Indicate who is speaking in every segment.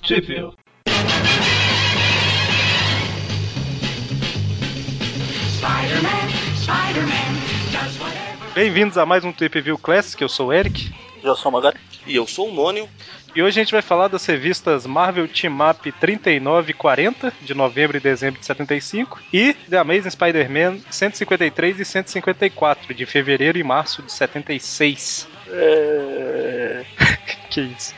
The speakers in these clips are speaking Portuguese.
Speaker 1: possível. Bem-vindos a mais um Trip View Classic, eu sou o Eric.
Speaker 2: Eu sou o Magari.
Speaker 3: E eu sou o Mônio.
Speaker 1: E hoje a gente vai falar das revistas Marvel Team Up 39 e 40, de novembro e dezembro de 75, e The Amazing Spider-Man 153 e 154, de fevereiro e março de 76.
Speaker 2: É...
Speaker 1: que isso?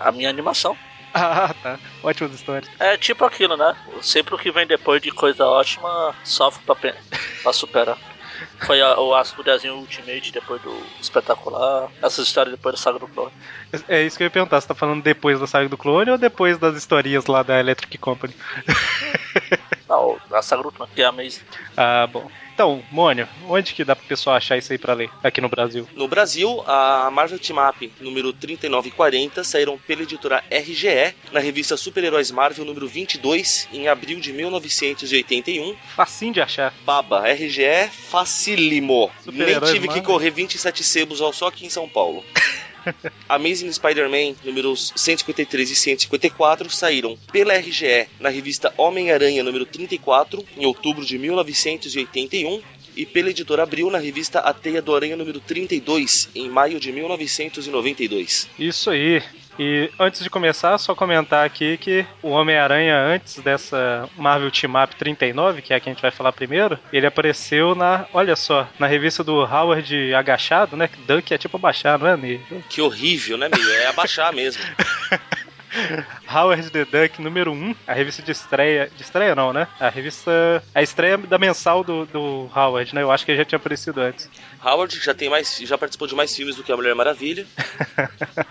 Speaker 2: A minha animação.
Speaker 1: Ah, tá. Ótimas histórias.
Speaker 2: É tipo aquilo, né? Sempre o que vem depois de coisa ótima sofre pra, pe- pra superar. Foi a, o Astro Desenho Ultimate depois do Espetacular. Essas histórias depois da Saga do Clone.
Speaker 1: É isso que eu ia perguntar, você tá falando depois da saga do clone ou depois das historinhas lá da Electric Company?
Speaker 2: Não, a Saga do Clone, que é a mesma.
Speaker 1: Ah, bom. Então, Mônio, onde que dá pro pessoal achar isso aí pra ler aqui no Brasil?
Speaker 3: No Brasil, a Marvel Team Up número 39 e 40 saíram pela editora RGE na revista Super-Heróis Marvel número 22 em abril de 1981.
Speaker 1: Facinho de achar.
Speaker 3: Baba, RGE facílimo. Nem
Speaker 1: Super-Heróis
Speaker 3: tive que
Speaker 1: Marvel.
Speaker 3: correr 27 sebos ao só aqui em São Paulo. Amazing Spider-Man números 153 e 154 saíram pela RGE na revista Homem-Aranha número 34 em outubro de 1981 e pela editora Abril na revista A Teia do Aranha número 32 em maio de 1992.
Speaker 1: Isso aí. E antes de começar, só comentar aqui que o Homem-Aranha, antes dessa Marvel Team Up 39, que é a que a gente vai falar primeiro, ele apareceu na, olha só, na revista do Howard Agachado, né? Que Dunk é tipo abaixar, não é, Ney?
Speaker 3: Que horrível, né, meu? É abaixar mesmo.
Speaker 1: Howard the Duck número 1, a revista de estreia. De estreia não, né? A revista. A estreia da mensal do, do Howard, né? Eu acho que ele já tinha aparecido antes.
Speaker 3: Howard já tem mais, já participou de mais filmes do que a Mulher Maravilha.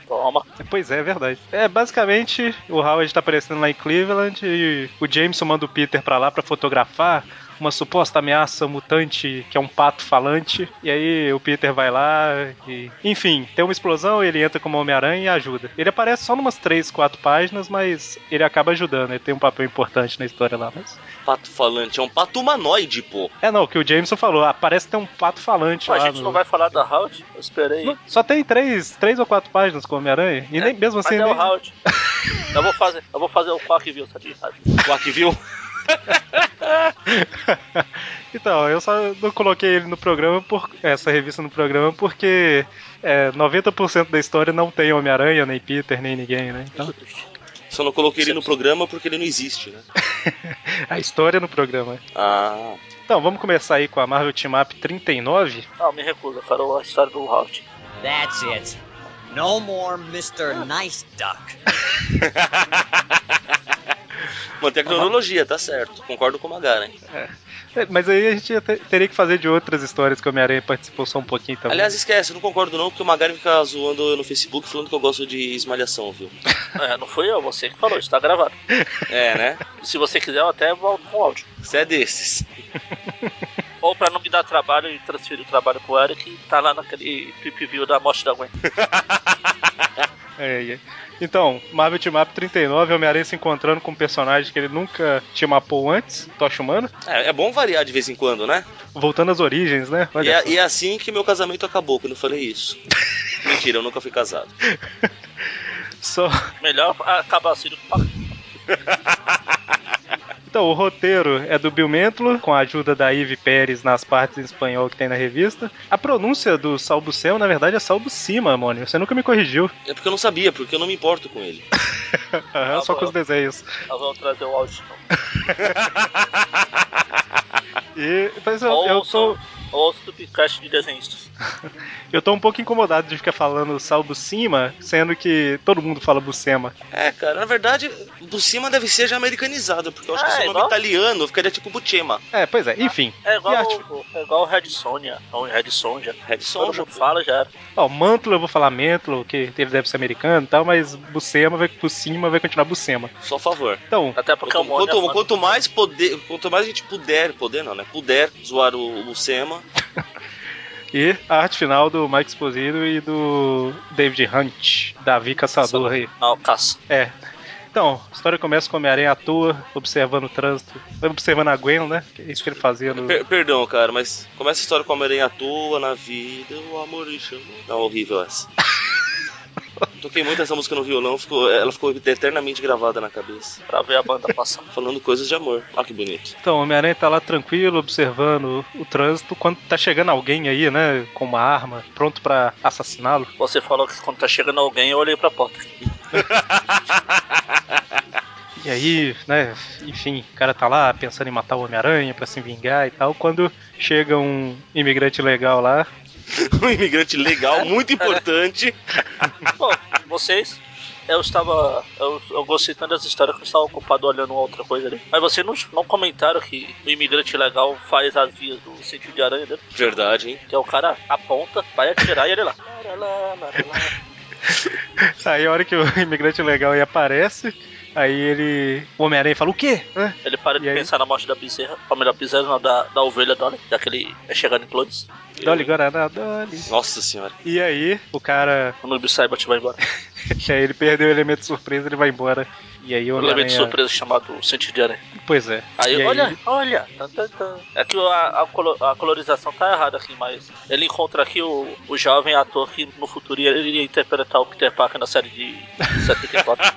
Speaker 2: Toma.
Speaker 1: Pois é, é verdade. É, basicamente, o Howard tá aparecendo lá em Cleveland e o Jameson manda o Peter pra lá pra fotografar uma suposta ameaça mutante que é um pato falante. E aí o Peter vai lá e. Enfim, tem uma explosão, ele entra como Homem-Aranha e ajuda. Ele aparece só numas 3, 4 páginas, mas ele acaba ajudando, ele tem um papel importante na história lá. Mas...
Speaker 3: Pato falante, é um pato humanoide, pô.
Speaker 1: É, não, o que o Jameson falou. Ah, parece ter um pato falante
Speaker 2: Pô, a
Speaker 1: lá.
Speaker 2: gente
Speaker 1: no-
Speaker 2: não vai falar da Howard? Eu esperei.
Speaker 1: Não, Só tem três, três ou quatro páginas com o Homem-Aranha. E nem mesmo assim.
Speaker 2: Até É, o
Speaker 1: Nem...
Speaker 2: Howard. eu vou fazer, eu vou fazer o tá Quark viu, sabe?
Speaker 3: O Arquivio
Speaker 1: então, eu só não coloquei ele no programa, por... essa revista no programa, porque é, 90% da história não tem Homem-Aranha, nem Peter, nem ninguém, né? Então,
Speaker 3: Só não coloquei ele no programa porque ele não existe, né?
Speaker 1: a história no programa.
Speaker 3: Ah,
Speaker 1: Então, vamos começar aí com a Marvel Team Up 39.
Speaker 2: Não, me recusa, eu quero a história do Howard.
Speaker 4: That's it. No more Mr. Nice Duck.
Speaker 3: Manter a cronologia, tá certo. Concordo com o Magara, hein?
Speaker 1: É, Mas aí a gente ia ter- teria que fazer de outras histórias que o Homem-Aranha participou só um pouquinho também.
Speaker 3: Aliás, esquece, eu não concordo não, porque o Magari fica zoando eu no Facebook falando que eu gosto de esmalhação, viu?
Speaker 2: É, não fui eu, você que falou, está gravado.
Speaker 3: É, né?
Speaker 2: Se você quiser, eu até volto com o áudio.
Speaker 3: Você é desses.
Speaker 2: Ou pra não me dar trabalho e transferir o trabalho pro Eric, tá lá naquele trip view da morte da Gwen.
Speaker 1: É, é. Então, Marvel Team Up 39, Homem-Aranha se encontrando com um personagem que ele nunca team upou antes, Tocha Humana.
Speaker 3: É, é bom variar de vez em quando, né?
Speaker 1: Voltando às origens, né?
Speaker 3: E
Speaker 1: Olha
Speaker 3: é,
Speaker 1: só.
Speaker 3: e é assim que meu casamento acabou, quando eu falei isso. Mentira, eu nunca fui casado.
Speaker 1: Só-
Speaker 2: Melhor acabar assim do que pagar.
Speaker 1: Então, o roteiro é do Bill Mentlo, com a ajuda da Ive Pérez nas partes em espanhol que tem na revista. A pronúncia do Salbucema, na verdade, é Salbucima, Mônio. Você nunca me corrigiu.
Speaker 3: É porque eu não sabia, porque eu não me importo com ele. Tá
Speaker 1: Aham, só com os desenhos.
Speaker 2: Nós vamos trazer o áudio de novo.
Speaker 1: E, mas eu, eu tô,
Speaker 2: Ou Stupidcast de desenhistas.
Speaker 1: eu tô um pouco incomodado de ficar falando Salbucima, sendo que todo mundo fala Bucema.
Speaker 3: É, cara, na verdade, Bucima deve ser já americanizado, porque eu acho
Speaker 2: Ah,
Speaker 3: que esse
Speaker 2: é
Speaker 3: nome
Speaker 2: igual?
Speaker 3: italiano ficaria tipo Bucema.
Speaker 1: É, pois é, enfim.
Speaker 2: É
Speaker 1: E
Speaker 2: igual,
Speaker 1: acho-
Speaker 2: o, é igual o Red Sonja. Não, Red Sonja.
Speaker 3: Red
Speaker 2: Todo
Speaker 3: Sonja,
Speaker 2: mundo
Speaker 3: pô.
Speaker 2: fala já. era.
Speaker 1: Ó, Mantlo eu vou falar Mantlo, que ele deve ser americano e tal, mas Bucema vai, Bucima vai continuar Bucema.
Speaker 3: Só a favor.
Speaker 1: Então,
Speaker 2: Até porque o
Speaker 3: Quanto,
Speaker 2: Mônio
Speaker 3: quanto-
Speaker 2: é fã-
Speaker 3: quanto mais poder, quanto mais a gente puder, poder não, né? Puder zoar o Lucema,
Speaker 1: e a arte final do Mike Esposito e do David Hunt, Davi Caçador aí.
Speaker 2: Não, caça.
Speaker 1: É. Então, a história começa com o Homem-Aranha à toa, observando o trânsito, observando a Gwen, né? Que é isso que ele fazia no...
Speaker 3: Per- perdão, cara, mas começa a história com a Homem-Aranha à toa na vida, o amor lhe chamou. Não, horrível essa. Toquei muito essa música no violão, ficou, ela ficou eternamente gravada na cabeça.
Speaker 2: pra ver a banda passar.
Speaker 3: Falando coisas de amor. Olha que bonito.
Speaker 1: Então, o Homem-Aranha tá lá tranquilo, observando o trânsito, quando tá chegando alguém aí, né, com uma arma, pronto pra assassiná-lo.
Speaker 2: Você falou que quando tá chegando alguém, eu olhei pra porta.
Speaker 1: E aí, né, enfim, o cara tá lá pensando em matar o Homem-Aranha pra se vingar e tal, quando chega um imigrante legal lá,
Speaker 3: um imigrante legal, muito importante.
Speaker 2: Bom, vocês. Eu estava. Eu, eu gostei tanto dessa história que eu estava ocupado olhando outra coisa ali. Mas vocês não, não comentaram que o imigrante legal faz as vias do sentido de aranha dele?
Speaker 3: Verdade, hein?
Speaker 2: Que é o cara aponta, vai atirar e ele lá. Laralá, laralá.
Speaker 1: aí a hora que o imigrante legal aí aparece, aí ele, o Homem-Aranha fala, o quê? Hã?
Speaker 2: Ele para de
Speaker 1: E aí?
Speaker 2: pensar na morte da bezerra, ou melhor, bezerra não, da, da ovelha Dolly, daquele é chegando em clones.
Speaker 1: Dolly Guaraná, Dolly.
Speaker 3: Nossa senhora.
Speaker 1: E aí, o cara,
Speaker 2: O Noob Saibot vai embora.
Speaker 1: aí ele perdeu o elemento surpresa, ele vai embora. E aí o
Speaker 2: Um elemento de
Speaker 1: Homem-Aranha...
Speaker 2: surpresa chamado sentido de aranha.
Speaker 1: Pois é.
Speaker 2: Aí,
Speaker 1: E
Speaker 2: olha, olha. Tan, tan, tan. É que a, a, colo- a colorização tá errada aqui, mas ele encontra aqui o, o jovem ator que no futuro iria, iria interpretar o Peter Parker na série de 74.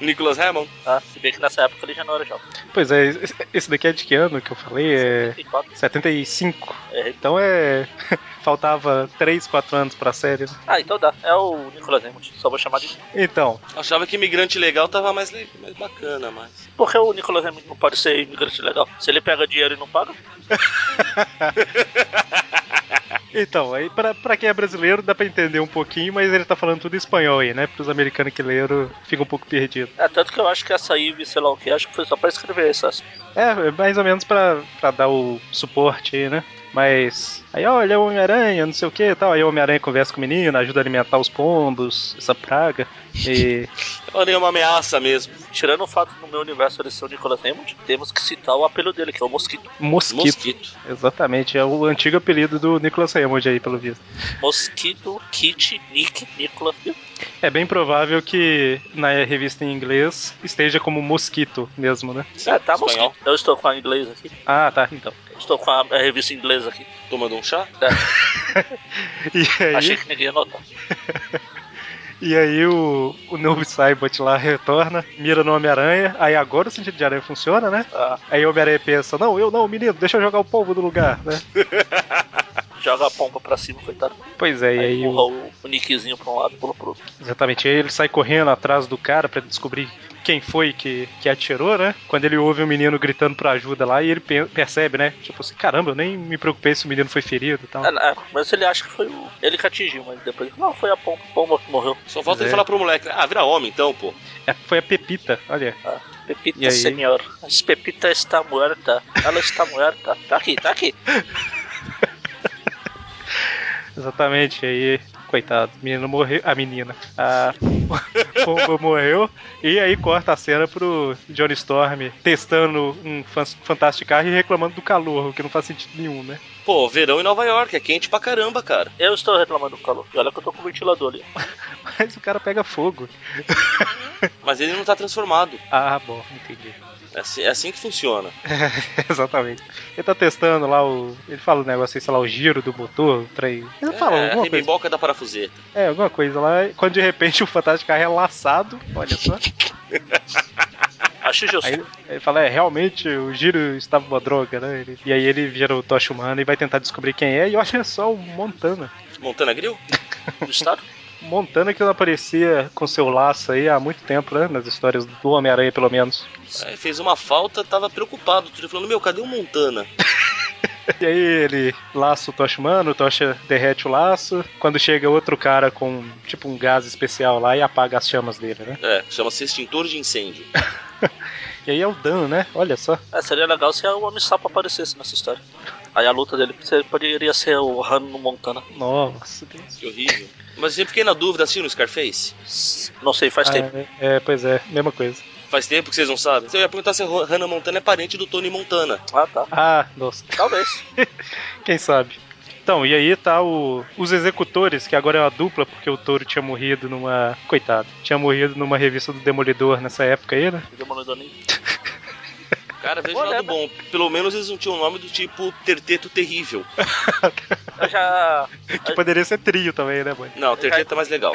Speaker 3: Nicholas Hammond.
Speaker 2: tá? Se bem que nessa época ele já não era jovem.
Speaker 1: Pois é, esse- esse daqui é de que ano que eu falei? É
Speaker 2: 74.
Speaker 1: 75.
Speaker 2: É.
Speaker 1: Então é. Faltava 3, 4 anos pra série. né?
Speaker 2: Ah, então dá. É o Nicolas Hammond. Só vou chamar de.
Speaker 1: Então,
Speaker 3: Achava que imigrante legal tava mais, le- mais bacana, mas.
Speaker 2: Por que o Nicolas Hammond não pode ser imigrante legal? Se ele pega dinheiro e não paga?
Speaker 1: então aí pra, pra quem é brasileiro dá pra entender um pouquinho, mas ele tá falando tudo em espanhol aí, né? Pros americanos que leram fica um pouco perdido.
Speaker 2: É, tanto que eu acho que essa Ivy, sei lá o que, acho que foi só pra escrever essas.
Speaker 1: É, é mais ou menos pra, pra dar o suporte aí, né? Mas. Aí olha o Homem-Aranha, não sei o que e tal. Aí o Homem-Aranha conversa com o menino, ajuda a alimentar os pombos, essa praga. E.
Speaker 3: Olha, é uma ameaça mesmo.
Speaker 2: Tirando o fato do meu universo ele ser o Nicolas Hammond, temos que citar o apelo dele, que é o Mosquito.
Speaker 1: Mosquito.
Speaker 3: Mosquito.
Speaker 1: Exatamente, é o antigo apelido do Nicholas Hammond aí, pelo visto.
Speaker 2: Mosquito, Kit, Nick, Nicolas.
Speaker 1: É bem provável que na revista em inglês esteja como mosquito mesmo, né?
Speaker 2: É, tá
Speaker 3: Espanhol.
Speaker 2: Mosquito. Eu estou com a inglesa aqui.
Speaker 1: Ah, tá, então.
Speaker 2: Estou com a, a revista inglesa aqui.
Speaker 3: Tomando um chá?
Speaker 1: E aí,
Speaker 2: Achei que ninguém ia notar.
Speaker 1: e aí o, o Noob Saibot lá retorna, mira no Homem-Aranha, aí agora o sentido de aranha funciona, né?
Speaker 2: Ah,
Speaker 1: Aí o Homem-Aranha pensa, não, eu não, menino, deixa eu jogar o polvo do lugar, né?
Speaker 2: joga a pompa pra cima, coitado.
Speaker 1: Pois é, e
Speaker 2: Aí
Speaker 1: aí o-
Speaker 2: empurra o, o Nickzinho pra um lado e pula pro outro.
Speaker 1: Exatamente, aí ele sai correndo atrás do cara pra descobrir quem foi que, que atirou, né? Quando ele ouve o menino gritando pra ajuda lá e ele pe- percebe, né? Tipo assim, caramba, eu nem me preocupei se o menino foi ferido e tal.
Speaker 2: É, né, mas ele acha que foi o, ele que atingiu, mas depois ele fala, não, foi a pompa, a pomba que morreu.
Speaker 3: Só falta
Speaker 1: É.
Speaker 3: ele falar pro moleque. Ah, vira homem então, pô.
Speaker 1: É, foi a Pepita, olha. E
Speaker 2: Pepita,
Speaker 1: aí?
Speaker 2: senhor. Mas Pepita está muerta. Ela está muerta. Tá aqui, tá aqui.
Speaker 1: Exatamente, aí, coitado, o menino morreu. A menina. A pomba morreu. E aí corta a cena pro Johnny Storm testando um fan- fantástico carro e reclamando do calor, o que não faz sentido nenhum, né?
Speaker 3: Pô, verão em Nova York, é quente pra caramba, cara.
Speaker 2: Eu estou reclamando do calor. E olha que eu tô com o ventilador ali.
Speaker 1: Mas o cara pega fogo.
Speaker 3: Mas ele não tá transformado.
Speaker 1: Ah, bom, entendi.
Speaker 3: É assim, é assim que funciona.
Speaker 1: Exatamente. Ele tá testando lá o. Ele fala um negócio aí, sei lá, o giro do motor, o trem. Ele fala
Speaker 3: é, a
Speaker 1: alguma coisa.
Speaker 3: rebimboca da parafuseta.
Speaker 1: É, alguma coisa lá. e Quando de repente o Fantástico Carro é laçado, olha só.
Speaker 2: Acho justo.
Speaker 1: Aí ele- ele fala, é, realmente o giro estava uma droga, né? Ele- E aí ele vira o Tocha Humana e vai tentar descobrir quem é. E olha só o Montana.
Speaker 3: Montana Grill?
Speaker 2: Do estado?
Speaker 1: Montana que não aparecia com seu laço aí há muito tempo, né? Nas histórias do Homem-Aranha, pelo menos.
Speaker 3: É, fez uma falta, tava preocupado. Tudo falando, meu, cadê o Montana?
Speaker 1: E aí ele laça o Tocha Humana, o Tocha derrete o laço. Quando chega outro cara com, tipo, um gás especial lá e apaga as chamas dele, né?
Speaker 3: É, chama-se extintor de incêndio.
Speaker 1: E aí é o Dan, né? Olha só.
Speaker 2: É, seria legal se o Homem Sapo aparecesse nessa história. Aí a luta dele seria- poderia ser o Han no Montana.
Speaker 1: Nossa, Deus.
Speaker 3: Que horrível. Mas eu fiquei na dúvida, assim, no Scarface.
Speaker 2: Não sei, faz
Speaker 1: Ah,
Speaker 2: tempo.
Speaker 1: É, é, pois é, mesma coisa.
Speaker 3: Faz tempo que vocês não sabem. Então Eu ia perguntar se a Ro- Hannah Montana é parente do Tony Montana.
Speaker 2: Ah, tá.
Speaker 1: Ah, nossa.
Speaker 2: Talvez.
Speaker 1: Quem sabe? Então, e aí tá o, os executores, que agora é uma dupla, porque o touro tinha morrido numa. Coitado, tinha morrido numa revista do Demolidor nessa época aí, né?
Speaker 2: O Demolidor nem-
Speaker 3: Cara, veja o
Speaker 2: Olha,
Speaker 1: é,
Speaker 3: um lado bom. Pelo menos eles não tinham o nome do tipo Terteto Terrível.
Speaker 2: Eu já.
Speaker 1: Que poderia ser trio também, né, mãe?
Speaker 3: Não, o terceiro tá mais legal.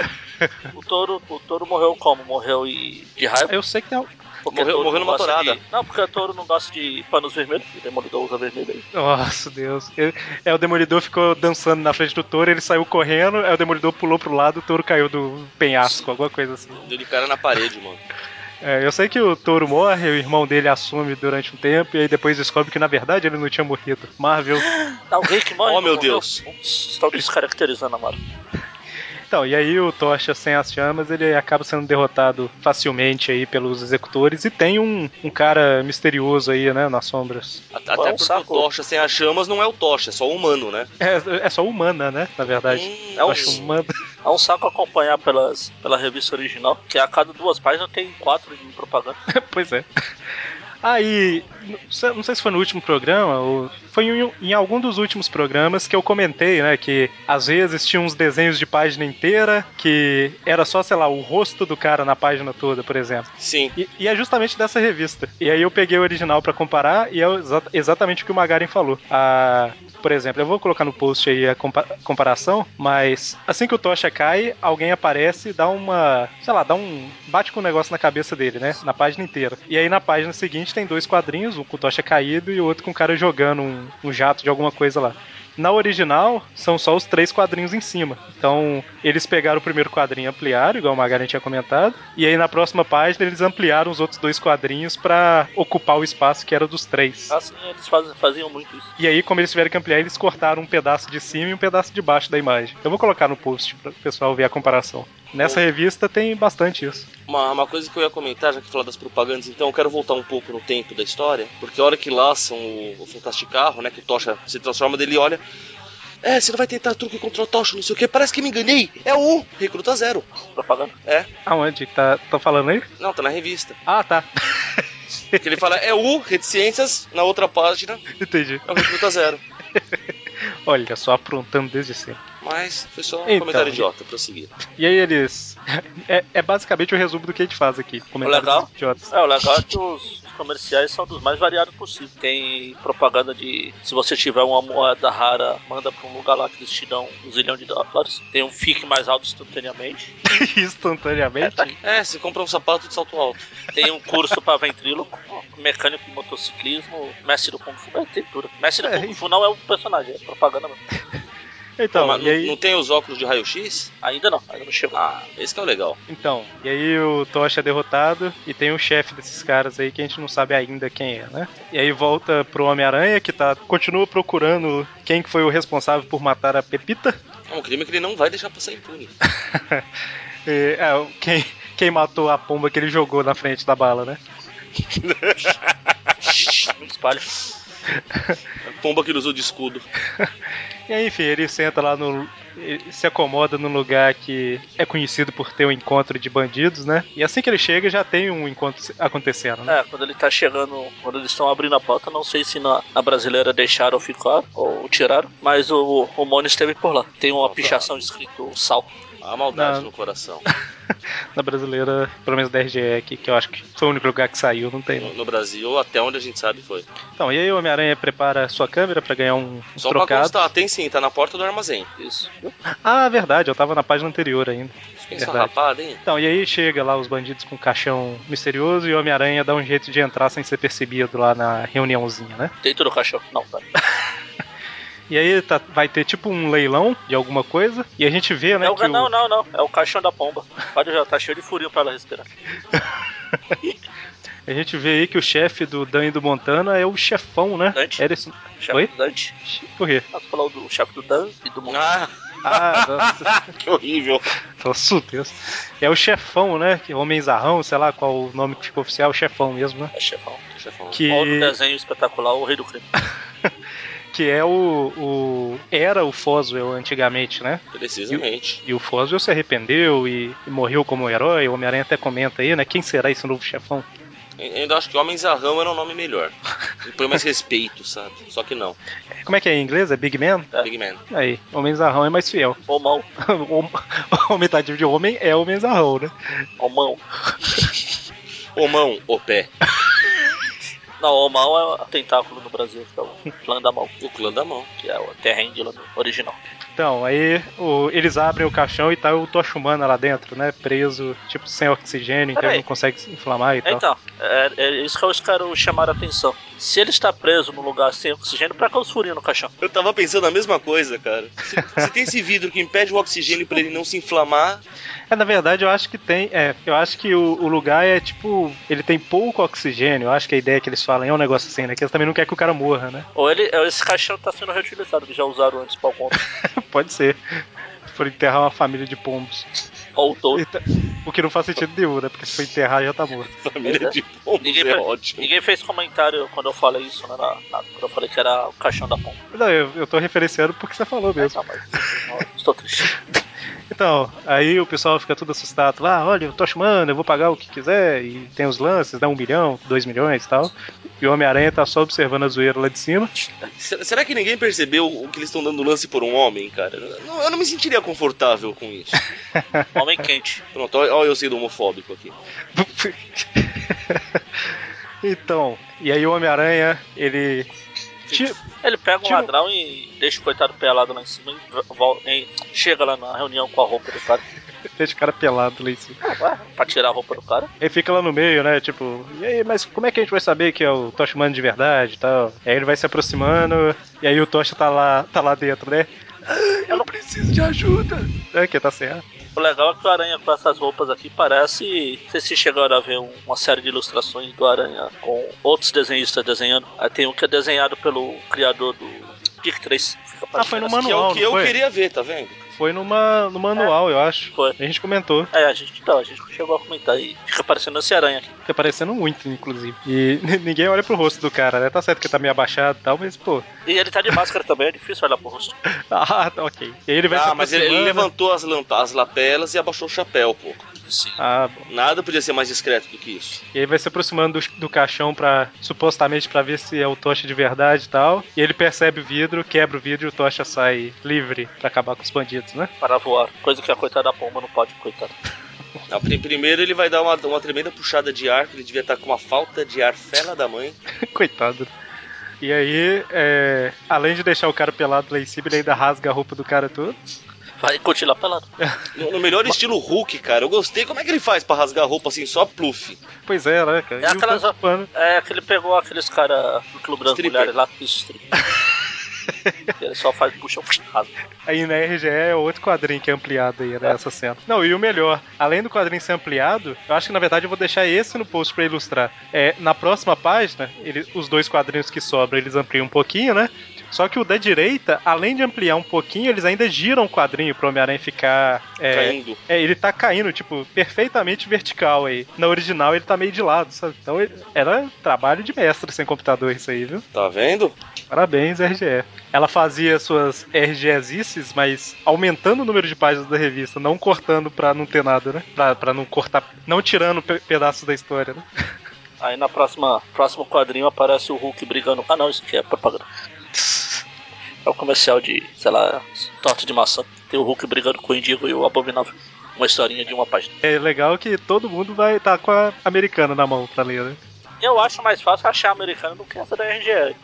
Speaker 2: O touro, o touro morreu como? Morreu e de raiva?
Speaker 1: Eu sei que é tem. al-
Speaker 2: Porque
Speaker 3: Morreu-
Speaker 2: touro
Speaker 3: morreu
Speaker 2: não
Speaker 3: numa
Speaker 2: gosta
Speaker 3: tourada.
Speaker 2: de- Não, porque o touro não gosta de panos vermelhos. O demolidor usa vermelho aí.
Speaker 1: Nossa, Deus. Ele- É, o Demolidor ficou dançando na frente do touro, ele saiu correndo, aí o Demolidor pulou pro lado, o touro caiu do penhasco, alguma coisa assim.
Speaker 3: Deu de cara na parede, mano.
Speaker 1: É, eu sei que o touro morre, o irmão dele assume durante um tempo, e aí depois descobre que na verdade ele não tinha morrido. Marvel.
Speaker 2: Alguém que morre.
Speaker 3: Oh,
Speaker 2: não
Speaker 3: meu
Speaker 2: morreu?
Speaker 3: Deus.
Speaker 2: Estão descaracterizando a Marvel.
Speaker 1: Então, e aí o Tocha sem as chamas, ele acaba sendo derrotado facilmente aí pelos executores, e tem um, um cara misterioso aí, né, nas sombras.
Speaker 3: A- Até porque
Speaker 2: saco.
Speaker 3: o Tocha sem as chamas não é o Tocha, é só o humano, né?
Speaker 1: É, é só humana, né, na verdade.
Speaker 3: Hum,
Speaker 2: É um-
Speaker 1: Tocha humana.
Speaker 2: É um saco acompanhar pelas, pela revista original, que a cada duas páginas tem quatro de propaganda.
Speaker 1: Pois é. Aí, não sei- não sei se foi no último programa, ou foi em, em algum dos últimos programas que eu comentei, né, que às vezes tinha uns desenhos de página inteira que era só, sei lá, o rosto do cara na página toda, por exemplo.
Speaker 3: Sim.
Speaker 1: E, e é justamente dessa revista. E aí eu peguei o original pra comparar e é o exa- exatamente o que o Magaren falou. A, por exemplo, eu vou colocar no post aí a compa- comparação, mas assim que o Tocha cai, alguém aparece e dá uma. Sei lá, dá um. bate com um negócio na cabeça dele, né? Na página inteira. E aí na página seguinte tem dois quadrinhos, um com o Tocha caído e o outro com o cara jogando um, um jato de alguma coisa lá. Na original, são só os três quadrinhos em cima. Então, eles pegaram o primeiro quadrinho e ampliaram, igual o Magaren tinha comentado. E aí, na próxima página, eles ampliaram os outros dois quadrinhos pra ocupar o espaço que era dos três.
Speaker 2: Assim eles fazem, faziam muito isso.
Speaker 1: E aí, como eles tiveram que ampliar, eles cortaram um pedaço de cima e um pedaço de baixo da imagem. Eu vou colocar no post para o pessoal ver a comparação. Nessa revista tem bastante isso.
Speaker 3: Uma, uma coisa que eu ia comentar, já que falar das propagandas, então eu quero voltar um pouco no tempo da história, porque a hora que laçam o, o Fantástico Carro, né, que o Tocha se transforma, dele olha. É, você não vai tentar truque contra o Tocha, não sei o que, parece que me enganei. É o Recruta Zero.
Speaker 2: Propaganda.
Speaker 3: É,
Speaker 1: Aonde? Tá, tá falando aí?
Speaker 3: não, tá na revista.
Speaker 1: Ah, tá.
Speaker 3: Que ele fala, é o Reticências, na outra página
Speaker 1: Entendi.
Speaker 3: é o Recruta Zero.
Speaker 1: Olha só, aprontando desde sempre.
Speaker 3: Mas foi só um
Speaker 1: Então.
Speaker 3: comentário idiota, prosseguir.
Speaker 1: E aí eles. É, é basicamente o resumo do que a gente faz aqui. Comentários
Speaker 2: Legal.
Speaker 1: idiotas.
Speaker 2: É, o legal é que os comerciais são dos mais variados possíveis. Tem propaganda de se você tiver uma moeda rara, manda pra um lugar lá que eles te dão um zilhão de dólares. Tem um fique mais alto instantaneamente.
Speaker 1: instantaneamente.
Speaker 3: É, você compra um sapato de salto alto.
Speaker 2: Tem um curso pra ventríloco, mecânico de motociclismo, mestre do Kung Fu. É, tem tudo. Mestre do
Speaker 1: É.
Speaker 2: Kung Fu não é um personagem, é propaganda mesmo.
Speaker 1: Então,
Speaker 3: Pô, mas
Speaker 1: e
Speaker 3: não-
Speaker 1: aí,
Speaker 3: não tem os óculos de raio-x?
Speaker 2: Ainda não, ainda não chegou.
Speaker 3: Ah, esse que é o legal.
Speaker 1: então, e aí o Tocha é derrotado e tem o chefe desses caras aí que a gente não sabe ainda quem é, né? E aí volta pro Homem-Aranha que tá continua procurando quem que foi o responsável por matar a Pepita.
Speaker 3: É um crime que ele não vai deixar passar impune.
Speaker 1: E, é, o- quem quem matou a pomba que ele jogou na frente da bala, né?
Speaker 2: Não espalha.
Speaker 3: A pomba que ele usou de escudo.
Speaker 1: E aí, enfim, ele senta lá no. ele se acomoda num lugar que é conhecido por ter um encontro de bandidos, né? E assim que ele chega já tem um encontro se- acontecendo, né?
Speaker 2: É, quando ele tá chegando, quando eles estão abrindo a porta, não sei se na, na brasileira deixaram ficar ou tiraram, mas o, o Mone esteve por lá. Tem uma pichação escrito sal.
Speaker 3: A maldade
Speaker 1: Não.
Speaker 3: no coração.
Speaker 1: Na brasileira, pelo menos da RGE aqui, que eu acho que foi o único lugar que saiu, não tem. não.
Speaker 3: No, no Brasil, até onde a gente sabe, foi.
Speaker 1: Então, e aí o Homem-Aranha prepara sua câmera pra ganhar um, um
Speaker 3: Só pra
Speaker 1: trocado.
Speaker 3: constar, tem sim, tá na porta do armazém.
Speaker 2: Isso.
Speaker 1: Ah, verdade, eu tava na página anterior ainda.
Speaker 3: Pensa
Speaker 1: Verdade.
Speaker 3: é rapada, hein?
Speaker 1: Então, e aí chega lá os bandidos com um caixão misterioso e o Homem-Aranha dá um jeito de entrar sem ser percebido lá na reuniãozinha, né?
Speaker 2: Dentro do caixão. Não, tá. cara.
Speaker 1: E aí tá- vai ter tipo um leilão de alguma coisa e a gente vê, né,
Speaker 2: É o,
Speaker 1: que
Speaker 2: ga-
Speaker 1: o-
Speaker 2: não, não, não. É o caixão da pomba. Pode já, tá cheio de furinho pra ela respirar.
Speaker 1: a gente vê aí que o chefe do Dan e do Montana é o chefão, né?
Speaker 2: Dante?
Speaker 1: Era esse...
Speaker 2: Chefe
Speaker 1: Oi?
Speaker 2: do Dante. Tá
Speaker 1: Por quê?
Speaker 2: Nós falou do chefe do Dan e do Mon.
Speaker 3: Ah,
Speaker 1: Ah, nossa.
Speaker 3: que horrível.
Speaker 1: Nossa, Deus. É o chefão, né? Que homem zarrão, sei lá qual o nome que ficou oficial, chefão mesmo, né?
Speaker 2: É chefão.
Speaker 3: Chefão.
Speaker 1: Que,
Speaker 2: Ou no desenho espetacular, o Rei do Crime.
Speaker 1: que é o, o- Era o Foswell antigamente, né?
Speaker 3: Precisamente.
Speaker 1: E o Foswell se arrependeu e, e morreu como um herói. O Homem-Aranha até comenta aí, né? Quem será esse novo chefão?
Speaker 3: Eu ainda acho que Homem Zarrão era um nome melhor. E Põe mais respeito, sabe? Só que não.
Speaker 1: Como é que é em inglês? É Big Man?
Speaker 2: É.
Speaker 3: Big Man.
Speaker 1: Aí, Homem Zarrão é mais fiel.
Speaker 2: Ou mão.
Speaker 1: Hom- Homem-tadinho de homem é Homem Zarrão, né?
Speaker 2: Ou mão.
Speaker 3: Ô mão, ô pé.
Speaker 2: Não, o mal é o tentáculo no Brasil, que é o clã da mão,
Speaker 3: O clã da mão.
Speaker 2: que é o terrende lá no original.
Speaker 1: Então, aí o- eles abrem o caixão e tá o Tocha Humana lá dentro, né? Preso, tipo, sem oxigênio, então
Speaker 2: Peraí.
Speaker 1: ele não consegue se inflamar e tal.
Speaker 2: Então, é, é isso que os caras chamaram a atenção. Se ele está preso num lugar sem oxigênio, pra que os furinhos no caixão?
Speaker 3: Eu tava pensando a mesma coisa, cara. Se, se tem esse vidro que impede o oxigênio pra ele não se inflamar,
Speaker 1: É, na verdade, eu acho que tem. É, eu acho que o, o lugar é tipo. Ele tem pouco oxigênio. Eu acho que a ideia que eles falam é um negócio assim, né? Que eles também não querem que o cara morra, né?
Speaker 2: Ou ele, ou esse caixão tá sendo reutilizado, que já usaram antes pra algum
Speaker 1: Pode ser. Por enterrar uma família de pombos.
Speaker 2: ou todo.
Speaker 1: Então, o que não faz sentido nenhum, né? Porque se for enterrar, já tá morto.
Speaker 3: família
Speaker 2: Pois é.
Speaker 3: de pombos
Speaker 2: Ninguém
Speaker 3: é
Speaker 2: pre-
Speaker 3: ótimo.
Speaker 2: Ninguém fez comentário quando eu falei isso, né? na- na- quando eu falei que era o caixão da pompa.
Speaker 1: Não, eu, eu tô referenciando porque você falou mesmo.
Speaker 2: Não, mas, não, estou triste.
Speaker 1: Então, aí o pessoal fica tudo assustado lá, olha, eu tô chamando, eu vou pagar o que quiser, e tem os lances, dá um milhão, dois milhões e tal. E o Homem-Aranha tá só observando a zoeira lá de cima.
Speaker 3: Se- Será que ninguém percebeu o que eles estão dando lance por um homem, cara? Não, eu não me sentiria confortável com isso.
Speaker 2: Homem quente.
Speaker 3: Pronto, olha eu sendo homofóbico aqui.
Speaker 1: então, e aí o Homem-Aranha, ele. ti-
Speaker 2: Ele pega um
Speaker 1: Tira o-
Speaker 2: ladrão e deixa o coitado pelado lá em cima e vol- e chega lá na reunião com a roupa do cara.
Speaker 1: deixa o cara pelado lá em cima.
Speaker 2: Pra tirar a roupa do cara.
Speaker 1: Ele fica lá no meio, né? Tipo, e aí, mas como é que a gente vai saber que é o Tocha humano de verdade e tal? E aí ele vai se aproximando, e aí o Tocha tá lá, tá lá dentro, né? "Ah, Eu não preciso de ajuda! É que tá certo.
Speaker 2: O legal é que o Aranha com essas roupas aqui parece. Vocês se chegaram a ver um- uma série de ilustrações do Aranha com outros desenhistas desenhando. Aí tem um que é desenhado pelo criador do Dick 3. Fica
Speaker 1: Ah, foi no
Speaker 2: parecendo
Speaker 1: manual. não
Speaker 3: Que é o que eu
Speaker 1: foi?
Speaker 3: queria ver, tá vendo?
Speaker 1: Foi numa, no manual, eu acho.
Speaker 2: Foi.
Speaker 1: A gente comentou.
Speaker 2: assim. É, a gente não, a gente chegou a comentar e fica parecendo esse aranha aqui.
Speaker 1: Fica tá parecendo muito, inclusive. E ninguém olha pro rosto do cara, né? Tá certo que tá meio abaixado e tal, mas, pô.
Speaker 2: E ele tá de máscara também, é difícil olhar pro rosto.
Speaker 1: Ah, tá, ok. E aí ele vai se
Speaker 3: Ah, mas ele, ele
Speaker 1: aproximando.
Speaker 3: levantou as, lan- as lapelas e abaixou o chapéu, pô.
Speaker 2: Sim.
Speaker 1: Ah, bom.
Speaker 3: Nada podia ser mais discreto do que isso.
Speaker 1: E aí vai se aproximando do, do caixão para supostamente pra ver se é o Tocha de verdade e tal. E ele percebe o vidro, quebra o vidro e o Tocha sai livre pra acabar com os bandidos, né?
Speaker 2: Para voar. Coisa que a coitada da pomba não pode, coitada.
Speaker 3: Ah, pri- primeiro ele vai dar uma, uma tremenda puxada de ar, que ele devia estar com uma falta de ar fela da mãe.
Speaker 1: Coitado. E aí, é, além de deixar o cara pelado lá em cima, ele ainda rasga a roupa do cara todo.
Speaker 2: Vai curtir lá pelado.
Speaker 3: No, no melhor estilo Hulk, cara. Eu gostei. Como é que ele faz pra rasgar a roupa assim, só pluf?
Speaker 1: Pois é, né, cara?
Speaker 2: É aquelas-
Speaker 1: E o pano-
Speaker 2: É que ele pegou aqueles caras do clube das
Speaker 3: Stripper.
Speaker 2: mulheres lá, isso, stripper. ele só faz puxa rasga.
Speaker 1: Aí na RGE é outro quadrinho que é ampliado aí, né? Essa cena. Não, e o melhor, além do quadrinho ser ampliado, eu acho que na verdade eu vou deixar esse no post pra ilustrar. É, na próxima página, ele- os dois quadrinhos que sobram, eles ampliam um pouquinho, né? Só que o da direita, além de ampliar um pouquinho, eles ainda giram o quadrinho pro Homem-Aranha ficar. é,
Speaker 3: Caindo.
Speaker 1: é, ele tá caindo, tipo, perfeitamente vertical aí. Na original ele tá meio de lado, sabe? Então ele- era trabalho de mestre sem computador isso aí, viu?
Speaker 3: Tá vendo?
Speaker 1: Parabéns, RGE. Ela fazia suas RGEzices, mas aumentando o número de páginas da revista, não cortando pra não ter nada, né? Pra, pra não cortar, não tirando pe- pedaços da história, né?
Speaker 2: Aí na próxima próximo quadrinho aparece o Hulk brigando. Ah não, isso aqui é propaganda. É um comercial de, sei lá, torta de maçã. Tem o Hulk brigando com o Indigo e o Abominável. Uma historinha de uma página.
Speaker 1: É legal que todo mundo vai estar com a americana na mão pra ler, né?
Speaker 2: Eu acho mais fácil achar americano do que essa da RGE.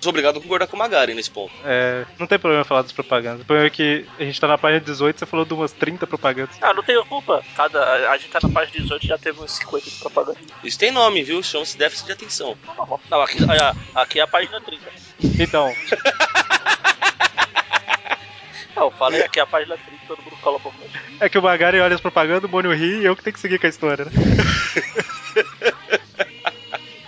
Speaker 3: Sou obrigado a concordar com o Magari nesse ponto.
Speaker 1: É, não tem problema falar das propagandas. O problema é que a gente tá na página 18, você falou de umas 30 propagandas.
Speaker 2: Ah, não tenho culpa. Cada, a gente tá na página 18 já teve uns 50 de propaganda.
Speaker 3: Isso tem nome, viu? Chama-se déficit de atenção.
Speaker 2: Normal. Não, aqui, olha, aqui é a página 30.
Speaker 1: Então,
Speaker 2: Não, eu falei aqui é a página 30, todo mundo cola por mim.
Speaker 1: é que o Magari olha as propagandas, o Mônio ri e eu que tenho que seguir com a história, né?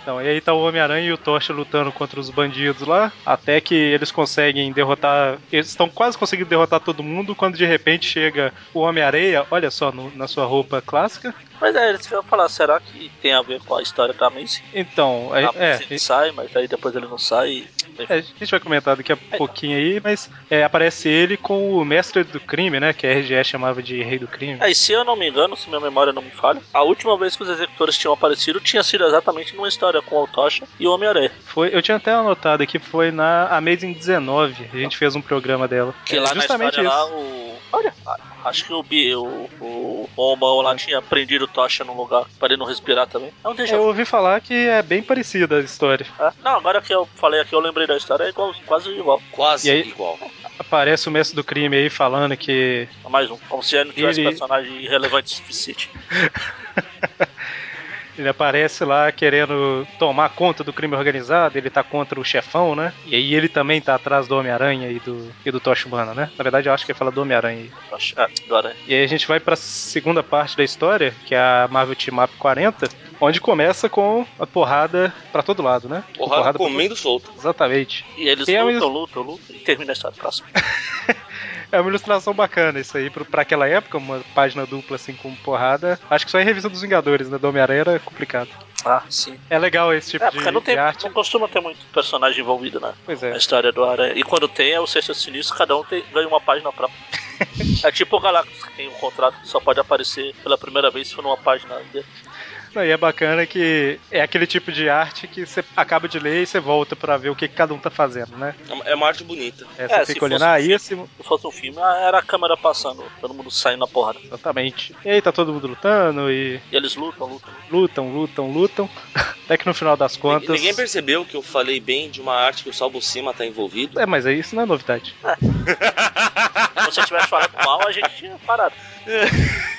Speaker 1: Então, e aí tá o Homem-Aranha e o Tocha lutando contra os bandidos lá, até que eles conseguem derrotar. Eles estão quase conseguindo derrotar todo mundo, quando de repente chega o Homem-Areia, olha só, no- na sua roupa clássica.
Speaker 2: Mas é, eles vão falar, será que tem a ver com a história da Macy?
Speaker 1: Então, é,
Speaker 2: a
Speaker 1: é,
Speaker 2: Macy sai, mas aí depois ele não sai.
Speaker 1: é, a gente vai comentar daqui a pouquinho aí, mas é, aparece ele com o mestre do crime, né? Que a RGE chamava de rei do crime.
Speaker 2: Aí, É, se eu não me engano, se minha memória não me falha, a última vez que os executores tinham aparecido tinha sido exatamente numa história com o Tocha e o Homem-Aranha.
Speaker 1: Foi, eu tinha até anotado aqui, foi na Amazing 19. A gente fez um programa dela.
Speaker 2: Que
Speaker 1: É,
Speaker 2: lá na
Speaker 1: justamente
Speaker 2: história
Speaker 1: isso.
Speaker 2: lá, o. Olha, a- Acho que o, bi, o, o, o homão lá tinha prendido tocha num lugar pra ele não respirar também. É um déjà
Speaker 1: Eu
Speaker 2: vu.
Speaker 1: ouvi falar que é bem parecida a história.
Speaker 2: Ah, Não, agora que eu falei aqui, eu lembrei da história, é igual, quase igual.
Speaker 3: Quase
Speaker 1: E aí- É,
Speaker 3: igual.
Speaker 1: Aparece o mestre do crime aí falando que
Speaker 2: Mais um. Como se ele não tivesse
Speaker 1: Ele-
Speaker 2: personagem relevante o suficiente.
Speaker 1: ele aparece lá querendo tomar conta do crime organizado, ele tá contra o chefão, né? E aí ele também tá atrás do Homem-Aranha e do, e do Tocha Humana, né? Na verdade, eu acho que ele fala do Homem-Aranha aí.
Speaker 2: Eu acho- Ah, agora
Speaker 1: E aí a gente vai pra segunda parte da história, que é a Marvel Team Up 40, onde começa com a porrada pra todo lado, né?
Speaker 3: Porrada,
Speaker 1: pra-
Speaker 3: comendo solto.
Speaker 1: Exatamente.
Speaker 2: E eles
Speaker 1: E é
Speaker 2: lutam,
Speaker 1: isso.
Speaker 2: lutam, lutam e termina a história. Próximo.
Speaker 1: É uma ilustração bacana isso aí pro- pra aquela época, uma página dupla assim com porrada. Acho que só em revista dos Vingadores, né? Do Homem-Aranha era complicado.
Speaker 2: Ah, sim.
Speaker 1: É legal esse tipo
Speaker 2: É,
Speaker 1: de,
Speaker 2: porque não, tem,
Speaker 1: de arte.
Speaker 2: não costuma ter muito personagem envolvido, né?
Speaker 1: Pois
Speaker 2: Na
Speaker 1: é.
Speaker 2: história do Aranha. E quando tem, é o Sexto Sinistro, cada um tem- ganha uma página própria. é tipo o Galactus, que tem um contrato que só pode aparecer pela primeira vez se for numa página dele.
Speaker 1: Não, e é bacana que é aquele tipo de arte que você acaba de ler e você volta pra ver o que que cada um tá fazendo, né?
Speaker 3: É uma- É uma arte bonita.
Speaker 1: É,
Speaker 2: É,
Speaker 1: você
Speaker 2: se
Speaker 1: fica olhando,
Speaker 2: fosse
Speaker 1: ah,
Speaker 2: um filme.
Speaker 1: esse.
Speaker 2: Se fosse um filme, ah, era a câmera passando, todo mundo saindo na porrada.
Speaker 1: Exatamente. E aí tá todo mundo lutando e
Speaker 2: E eles lutam, lutam. lutam.
Speaker 1: lutam, lutam, lutam. Até que no final das contas.
Speaker 3: Ninguém percebeu que eu falei bem de uma arte que o Salvo Sima tá envolvido?
Speaker 1: É, mas aí isso não é novidade.
Speaker 2: Se você tivesse falado mal, a gente tinha parado.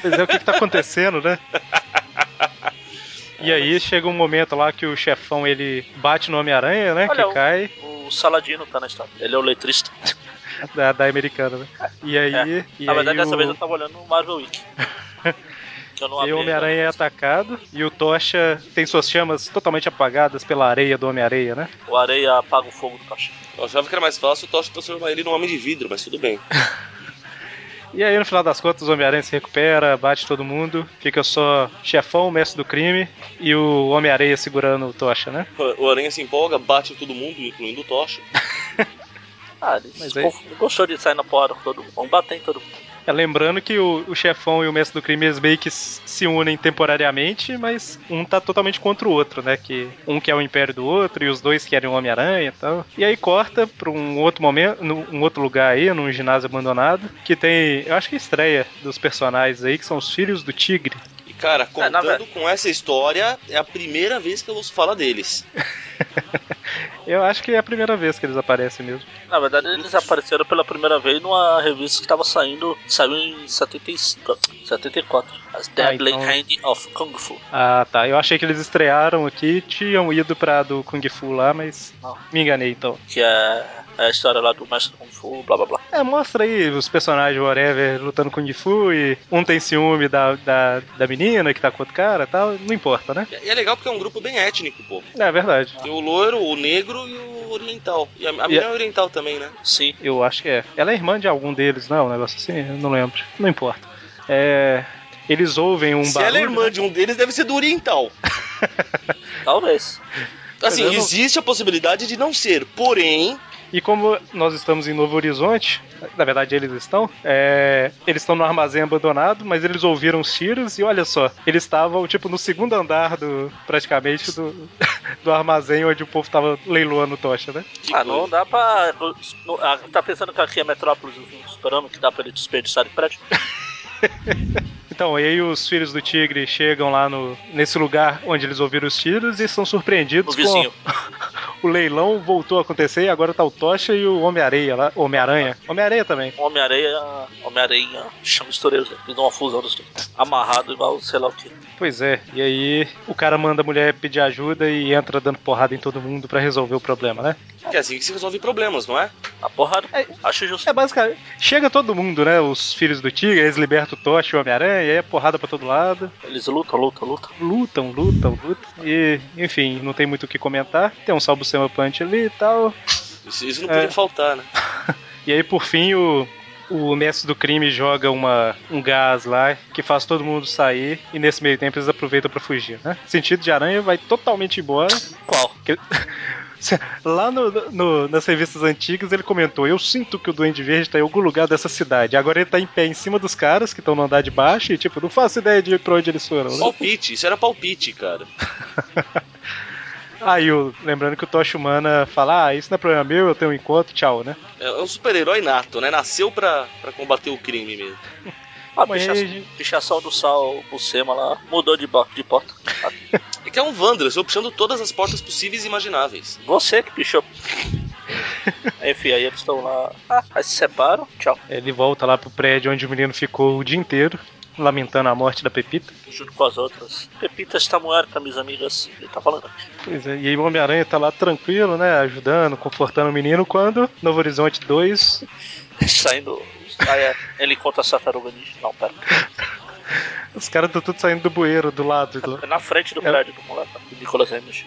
Speaker 1: Pois é, o que, que tá acontecendo, né? E aí chega um momento lá que o chefão ele bate no Homem-Aranha, né?
Speaker 2: Olha,
Speaker 1: que cai
Speaker 2: O Saladino tá na história. Ele é o letrista.
Speaker 1: da, da americana, né? E aí.
Speaker 2: É.
Speaker 1: e
Speaker 2: na
Speaker 1: aí
Speaker 2: verdade, dessa
Speaker 1: o,
Speaker 2: vez eu tava olhando o Marvel Week. Que eu não
Speaker 1: e
Speaker 2: abri
Speaker 1: o Homem-Aranha é atacado e o Tocha tem suas chamas totalmente apagadas pela areia do Homem-Areia, né?
Speaker 2: ainda. O Areia apaga o fogo do cachorro.
Speaker 3: Eu achava que era mais fácil o Tocha transformar ele num homem de vidro, mas tudo bem.
Speaker 1: E aí no final das contas o Homem-Aranha se recupera, bate todo mundo, fica só chefão, mestre do crime e o Homem-Aranha segurando o Tocha, né?
Speaker 3: O Aranha se empolga, bate em todo mundo, incluindo o Tocha.
Speaker 2: Ah, ele
Speaker 1: Mas
Speaker 2: se
Speaker 1: aí-
Speaker 2: conf- gostou de sair na porrada com todo mundo. Vamos bater em todo mundo.
Speaker 1: É, lembrando que o, o chefão e o mestre do crime eles meio que s- se unem temporariamente, mas um tá totalmente contra o outro, né? Que um quer o império do outro e os dois querem o Homem-Aranha e tal. E aí corta pra um outro momento, num- um outro lugar aí, num ginásio abandonado, que tem, eu acho que é estreia dos personagens aí, que são os filhos do tigre.
Speaker 3: E cara,
Speaker 2: na
Speaker 3: contando
Speaker 2: verdade-
Speaker 3: com essa história, é a primeira vez que eu ouço falar deles.
Speaker 1: Eu acho que é a primeira vez que eles aparecem mesmo.
Speaker 2: Na verdade, eles apareceram pela primeira vez numa revista que tava saindo, saiu em 75, 74. As Deadly
Speaker 1: então-
Speaker 2: Hand of Kung Fu.
Speaker 1: Ah, tá. Eu achei que eles estrearam aqui, tinham ido pra do Kung Fu lá, mas
Speaker 2: Não.
Speaker 1: me enganei então.
Speaker 2: Que é a história lá do mestre Kung Fu, blá blá blá.
Speaker 1: É, mostra aí os personagens, whatever, lutando com Kung Fu e um tem ciúme da, da, da menina que tá com outro cara e tal. Não importa, né?
Speaker 3: E é legal porque é um grupo bem étnico, pô.
Speaker 1: É verdade.
Speaker 3: Tem o loiro, o negro e o oriental. E a, a menina é oriental também, né?
Speaker 2: Sim.
Speaker 1: Eu acho que é. Ela é irmã de algum deles, não? Um negócio assim? Eu não lembro. Não importa. É. Eles ouvem um
Speaker 3: Se
Speaker 1: barulho.
Speaker 3: ela é irmã
Speaker 1: né?
Speaker 3: de um deles, deve ser do oriental.
Speaker 2: Talvez.
Speaker 3: Assim,
Speaker 1: eu não-
Speaker 3: existe a possibilidade de não ser, porém,
Speaker 1: E como nós estamos em Novo Horizonte, na verdade eles estão, é, eles estão no armazém abandonado, mas eles ouviram os tiros e olha só, eles estavam tipo no segundo andar do praticamente do, do armazém onde o povo tava leiloando tocha, né?
Speaker 3: Que
Speaker 2: ah, não
Speaker 3: coisa.
Speaker 2: dá pra. não- ah, tá pensando que aqui é Metrópolis, não esperando que dá pra ele desperdiçar de prédio?
Speaker 1: Então, e aí os filhos do tigre chegam lá no, nesse lugar onde eles ouviram os tiros e são
Speaker 2: No
Speaker 1: surpreendidos com
Speaker 2: vizinho.
Speaker 1: o leilão voltou a acontecer e agora tá o Tocha e o Homem-Areia lá, Homem-Aranha. Homem-Aranha também.
Speaker 2: Homem-Areia. Homem-Aranha. Chama mistureiros. né? Eles dão uma fusão dos dois. Amarrado igual sei lá o que.
Speaker 1: Pois é, e aí o cara manda a mulher pedir ajuda e entra dando porrada em todo mundo pra resolver o problema, né?
Speaker 3: que é assim que se resolve problemas, não é?
Speaker 2: A porrada.
Speaker 1: É-
Speaker 2: Acho justo.
Speaker 1: É basicamente. Chega todo mundo, né? Os filhos do Tigre, eles libertam o Tocha e o Homem-Aranha, e aí é porrada pra todo lado.
Speaker 2: Eles lutam, lutam, lutam.
Speaker 1: Lutam, lutam, lutam. E, enfim, não tem muito o que comentar. Tem um salvo sema punch ali e tal.
Speaker 3: Isso, isso não
Speaker 1: É.
Speaker 3: podia faltar, né?
Speaker 1: E aí, por fim, o. O mestre do crime joga uma, um gás lá que faz todo mundo sair e nesse meio tempo eles aproveitam pra fugir, né? Sentido de aranha vai totalmente embora
Speaker 2: Qual?
Speaker 1: Lá no, no- nas revistas antigas ele comentou: Eu sinto que o Duende Verde tá em algum lugar dessa cidade. Agora ele tá em pé em cima dos caras que estão no andar de baixo e, tipo, não faço ideia de pra onde eles foram. Né?
Speaker 3: Palpite, isso era palpite, cara.
Speaker 1: Aí, o- lembrando que o Tocha Humana fala: Ah, isso não é problema meu, eu tenho um encontro, tchau, né?
Speaker 3: É um super-herói nato, né? Nasceu pra, pra combater o crime mesmo.
Speaker 2: A
Speaker 1: Mas
Speaker 2: picha-
Speaker 1: aí,
Speaker 2: pichação do sal, o Sema lá, mudou de, bo- de porta. Aqui.
Speaker 3: É que é um Vandra, eu estou puxando todas as portas possíveis e imagináveis.
Speaker 2: Você que pichou. Enfim, aí eles estão lá. Ah, aí se separam, tchau.
Speaker 1: Ele volta lá pro prédio onde o menino ficou o dia inteiro, lamentando a morte da Pepita.
Speaker 2: Junto com as outras. Pepita está moarca, minhas amigas. Ele tá falando.
Speaker 1: Pois é, e aí o Homem-Aranha tá lá tranquilo, né? Ajudando, confortando o menino, quando Novo Horizonte 2
Speaker 2: Saindo. Ah, é. Ele encontra a tartaruga ninja. Não, pera.
Speaker 1: Os caras estão tudo saindo do bueiro do lado. do-
Speaker 2: É na frente do
Speaker 1: É.
Speaker 2: prédio do moleque, do Nicolas Hamilton.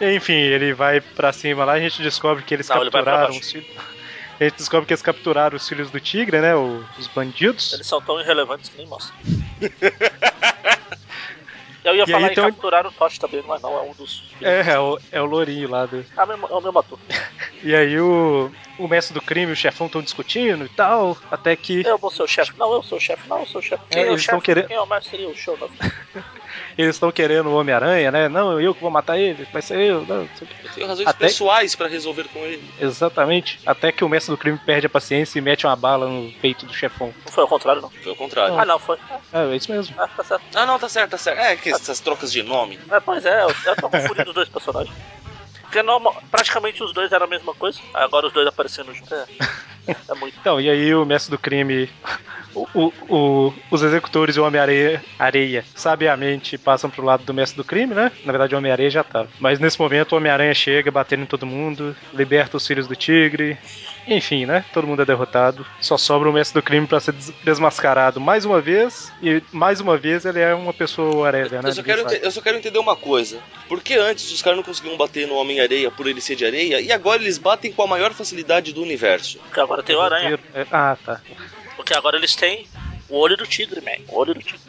Speaker 1: Enfim, ele vai pra cima lá, a gente descobre que eles
Speaker 2: Não, ele vai pra
Speaker 1: capturaram
Speaker 2: baixo.
Speaker 1: os filhos. A gente descobre que eles capturaram os filhos do tigre, né? o- Os bandidos.
Speaker 2: Eles são tão irrelevantes que nem mostra. Eu ia
Speaker 1: E
Speaker 2: falar
Speaker 1: aí,
Speaker 2: em
Speaker 1: então-
Speaker 2: capturar o Tosh também, mas não, é um dos.
Speaker 1: É, é o, é o Lourinho lá. Do...
Speaker 2: É o mesmo, é o mesmo ator.
Speaker 1: E aí o, o mestre do crime e o chefão estão discutindo e tal, até que
Speaker 2: Eu vou ser o chefe. Não, eu sou o chefe. Não, eu sou o chefe. Quem
Speaker 1: É,
Speaker 2: é, o
Speaker 1: eles tão
Speaker 2: chefe?
Speaker 1: querendo-
Speaker 2: Quem é o mestre? Seria o show da
Speaker 1: eles estão querendo o Homem-Aranha, né? Não, eu que vou matar ele, vai ser eu. Não, não sei o quê.
Speaker 3: Eu tenho razões
Speaker 1: Até-
Speaker 3: pessoais pra resolver com ele.
Speaker 1: Exatamente. Até que o mestre do crime perde a paciência e mete uma bala no peito do chefão.
Speaker 2: Não foi ao contrário, não.
Speaker 3: Foi o contrário.
Speaker 2: Ah, não, foi.
Speaker 1: É, é isso mesmo.
Speaker 2: Ah, tá certo.
Speaker 3: Ah, não, tá certo, tá certo. É que essas trocas de nome.
Speaker 2: É, pois é, eu, eu tô confundindo os dois personagens. Porque normal, praticamente os dois eram a mesma coisa, agora os dois aparecendo juntos. É, é muito.
Speaker 1: Então, e aí o mestre do crime, o- o- o- os executores e o Homem-Areia, areia, sabiamente passam pro lado do mestre do crime, né? Na verdade, o Homem-Areia já tá. Mas nesse momento, o Homem-Aranha chega batendo em todo mundo, liberta os filhos do tigre, enfim, né? Todo mundo é derrotado. Só sobra o mestre do crime pra ser des- desmascarado mais uma vez, e mais uma vez ele é uma pessoa areia, né?
Speaker 3: Eu só,
Speaker 1: Ninguém
Speaker 3: quero,
Speaker 1: sabe.
Speaker 3: ente- eu só quero entender uma coisa. Por que antes os caras não conseguiam bater no Homem-Areia por ele ser de areia e agora eles batem com a maior facilidade do universo?
Speaker 2: Porque agora tem o aranha.
Speaker 1: É, Ah, tá.
Speaker 2: Porque agora eles têm o olho do tigre, man. O olho do tigre.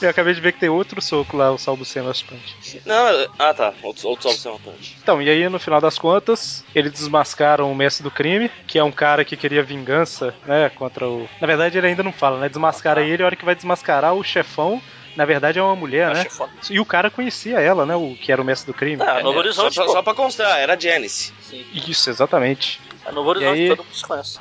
Speaker 1: Eu acabei de ver que tem outro soco lá, o Salvo Sema Punch.
Speaker 3: Não, ah tá, outro, outro salve sem uma punch.
Speaker 1: Então, e aí no final das contas, eles desmascaram o mestre do crime, que é um cara que queria vingança, né, contra o... Na verdade ele ainda não fala, né, desmascara ele, a hora que vai desmascarar o chefão, na verdade é uma mulher, né?
Speaker 2: Achei foda.
Speaker 1: E o cara conhecia ela, né, o que era o mestre do crime.
Speaker 2: Ah, Novo
Speaker 3: É,
Speaker 2: Horizonte,
Speaker 3: só, pra,
Speaker 2: pô.
Speaker 3: só pra constar, era a Janice.
Speaker 2: Sim.
Speaker 1: Isso, exatamente.
Speaker 2: É Novo Horizonte,
Speaker 1: E aí?
Speaker 2: todo mundo se conhece.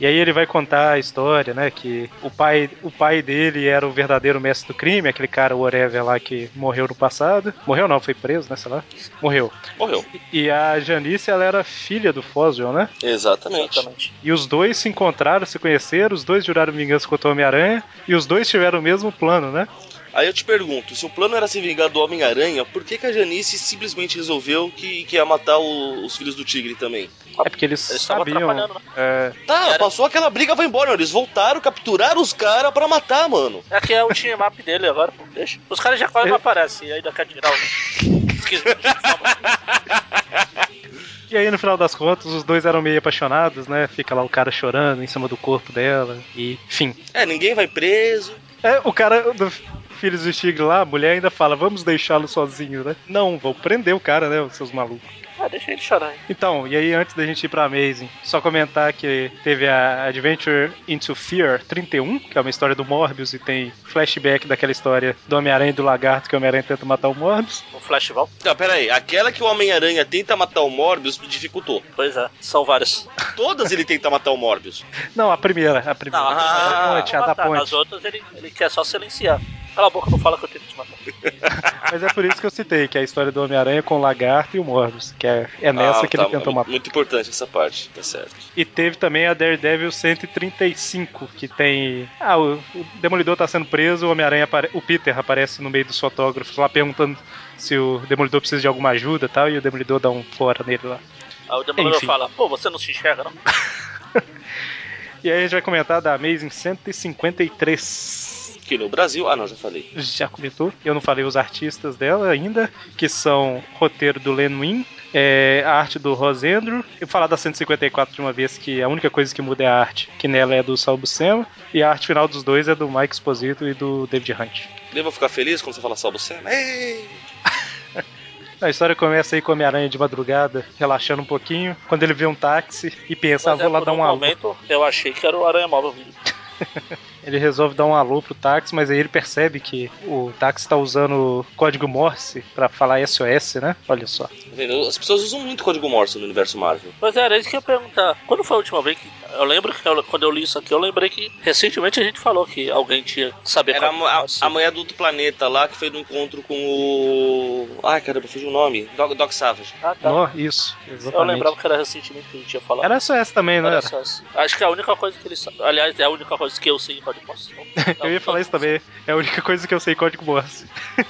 Speaker 1: E aí ele vai contar a história, né, que o pai, o pai dele era o verdadeiro mestre do crime, aquele cara, o Whatever lá, que morreu no passado. Morreu não, foi preso, né, sei lá. Morreu.
Speaker 3: Morreu.
Speaker 1: E a Janice, ela era filha do Foswell, né?
Speaker 3: Exatamente.
Speaker 2: Exatamente.
Speaker 1: E os dois se encontraram, se conheceram, os dois juraram vingança contra o Homem-Aranha, e os dois tiveram o mesmo plano, né?
Speaker 3: Aí eu te pergunto, se o plano era se vingar do Homem-Aranha, por que, que a Janice simplesmente resolveu que, que ia matar o- os filhos do Tigre também?
Speaker 1: É porque eles,
Speaker 2: Eles estavam
Speaker 1: sabiam.
Speaker 2: atrapalhando, né?
Speaker 1: é,
Speaker 3: Tá,
Speaker 2: Era-
Speaker 3: passou aquela briga, vai embora, mano. Eles voltaram, capturaram os caras pra matar, mano.
Speaker 2: Aqui é o team up dele agora, pô. Deixa. Os caras já quase não aparecem, e ainda quer tirar o. 15 minutos de fama.
Speaker 1: E aí, no final das contas, os dois eram meio apaixonados, né? Fica lá o cara chorando em cima do corpo dela, e fim.
Speaker 3: É, ninguém vai preso.
Speaker 1: É, o cara do Filhos do Tigre lá, a mulher ainda fala, vamos deixá-lo sozinho, né? Não, vão prender o cara, né, os seus malucos.
Speaker 2: Ah, deixa ele chorar, hein.
Speaker 1: Então, e aí antes da gente ir pra Amazing, só comentar que teve a Adventure into Fear 31, que é uma história do Morbius e tem flashback daquela história do Homem-Aranha e do Lagarto, que o Homem-Aranha tenta matar o Morbius.
Speaker 2: O flashball.
Speaker 3: Tá, pera aí. Aquela que o Homem-Aranha tenta matar o Morbius dificultou.
Speaker 2: Pois é, são vários.
Speaker 3: Todas ele tenta matar o Morbius.
Speaker 1: Não, a primeira, a primeira.
Speaker 3: Ah,
Speaker 2: Não, a
Speaker 1: a da
Speaker 3: primeira
Speaker 1: ponte, a da
Speaker 2: matar. As
Speaker 1: ponte.
Speaker 2: outras ele, ele quer só silenciar. Cala a boca, não fala que eu tenho que te matar.
Speaker 1: Mas é por isso que eu citei, que é a história do Homem-Aranha com o Lagarto e o Morbius, que é, é nessa
Speaker 3: Ah,
Speaker 1: que
Speaker 3: tá,
Speaker 1: ele tentou
Speaker 3: mu-
Speaker 1: matar.
Speaker 3: Muito importante essa parte, tá certo.
Speaker 1: E teve também a Daredevil 135, que tem. Ah, o, o Demolidor tá sendo preso, o Homem-Aranha apare... O Peter aparece no meio dos fotógrafos lá perguntando se o Demolidor precisa de alguma ajuda e tal, e o Demolidor dá um fora nele lá.
Speaker 2: Aí o Demolidor
Speaker 1: Enfim.
Speaker 2: fala, pô, você não se enxerga, não?
Speaker 1: E aí a gente vai comentar da Amazing 153.
Speaker 3: Que no Brasil. Ah, não, já falei.
Speaker 1: Já comentou. Eu não falei os artistas dela ainda, que são roteiro do Len Wein, é, a arte do Rosendro. Eu vou falar da 154 de uma vez, que a única coisa que muda é a arte, que nela é do Sal Buscema, e a arte final dos dois é do Mike Esposito e do David Hunt.
Speaker 3: Devo ficar feliz quando você fala Salvo Sena? Ei!
Speaker 1: A história começa aí com o Homem-Aranha de madrugada, relaxando um pouquinho, quando ele vê um táxi e pensa, ah,
Speaker 2: Mas é,
Speaker 1: vou lá
Speaker 2: por
Speaker 1: dar
Speaker 2: um
Speaker 1: um alô.
Speaker 2: momento eu achei que era o Aranha Móvel.
Speaker 1: ele resolve dar um alô pro táxi, mas aí ele percebe que o táxi tá usando código Morse pra falar SOS, né? Olha só.
Speaker 3: Tá vendo? As pessoas usam muito código Morse no universo Marvel.
Speaker 2: Pois é, era isso que eu ia perguntar. Quando foi a última vez que. Eu lembro que eu- quando eu li isso aqui, eu lembrei que recentemente a gente falou que alguém tinha que saber
Speaker 3: Era a,
Speaker 2: como-
Speaker 3: a, a mulher do outro planeta lá que foi no encontro com o. Ai caramba, fugiu o nome. Doc, Doc Savage.
Speaker 2: Ah, tá.
Speaker 1: Nó, isso,
Speaker 2: Eu
Speaker 1: exatamente.
Speaker 2: lembrava que era recentemente que a gente tinha falado.
Speaker 1: Era SOS também, né? não
Speaker 2: Olha
Speaker 1: era?
Speaker 2: só, assim, Acho que é a única coisa que ele sabe. Aliás, é a única coisa que eu sei em código Morse. Não-
Speaker 1: Eu ia
Speaker 2: não-
Speaker 1: falar isso também. É a única coisa que eu sei código Morse.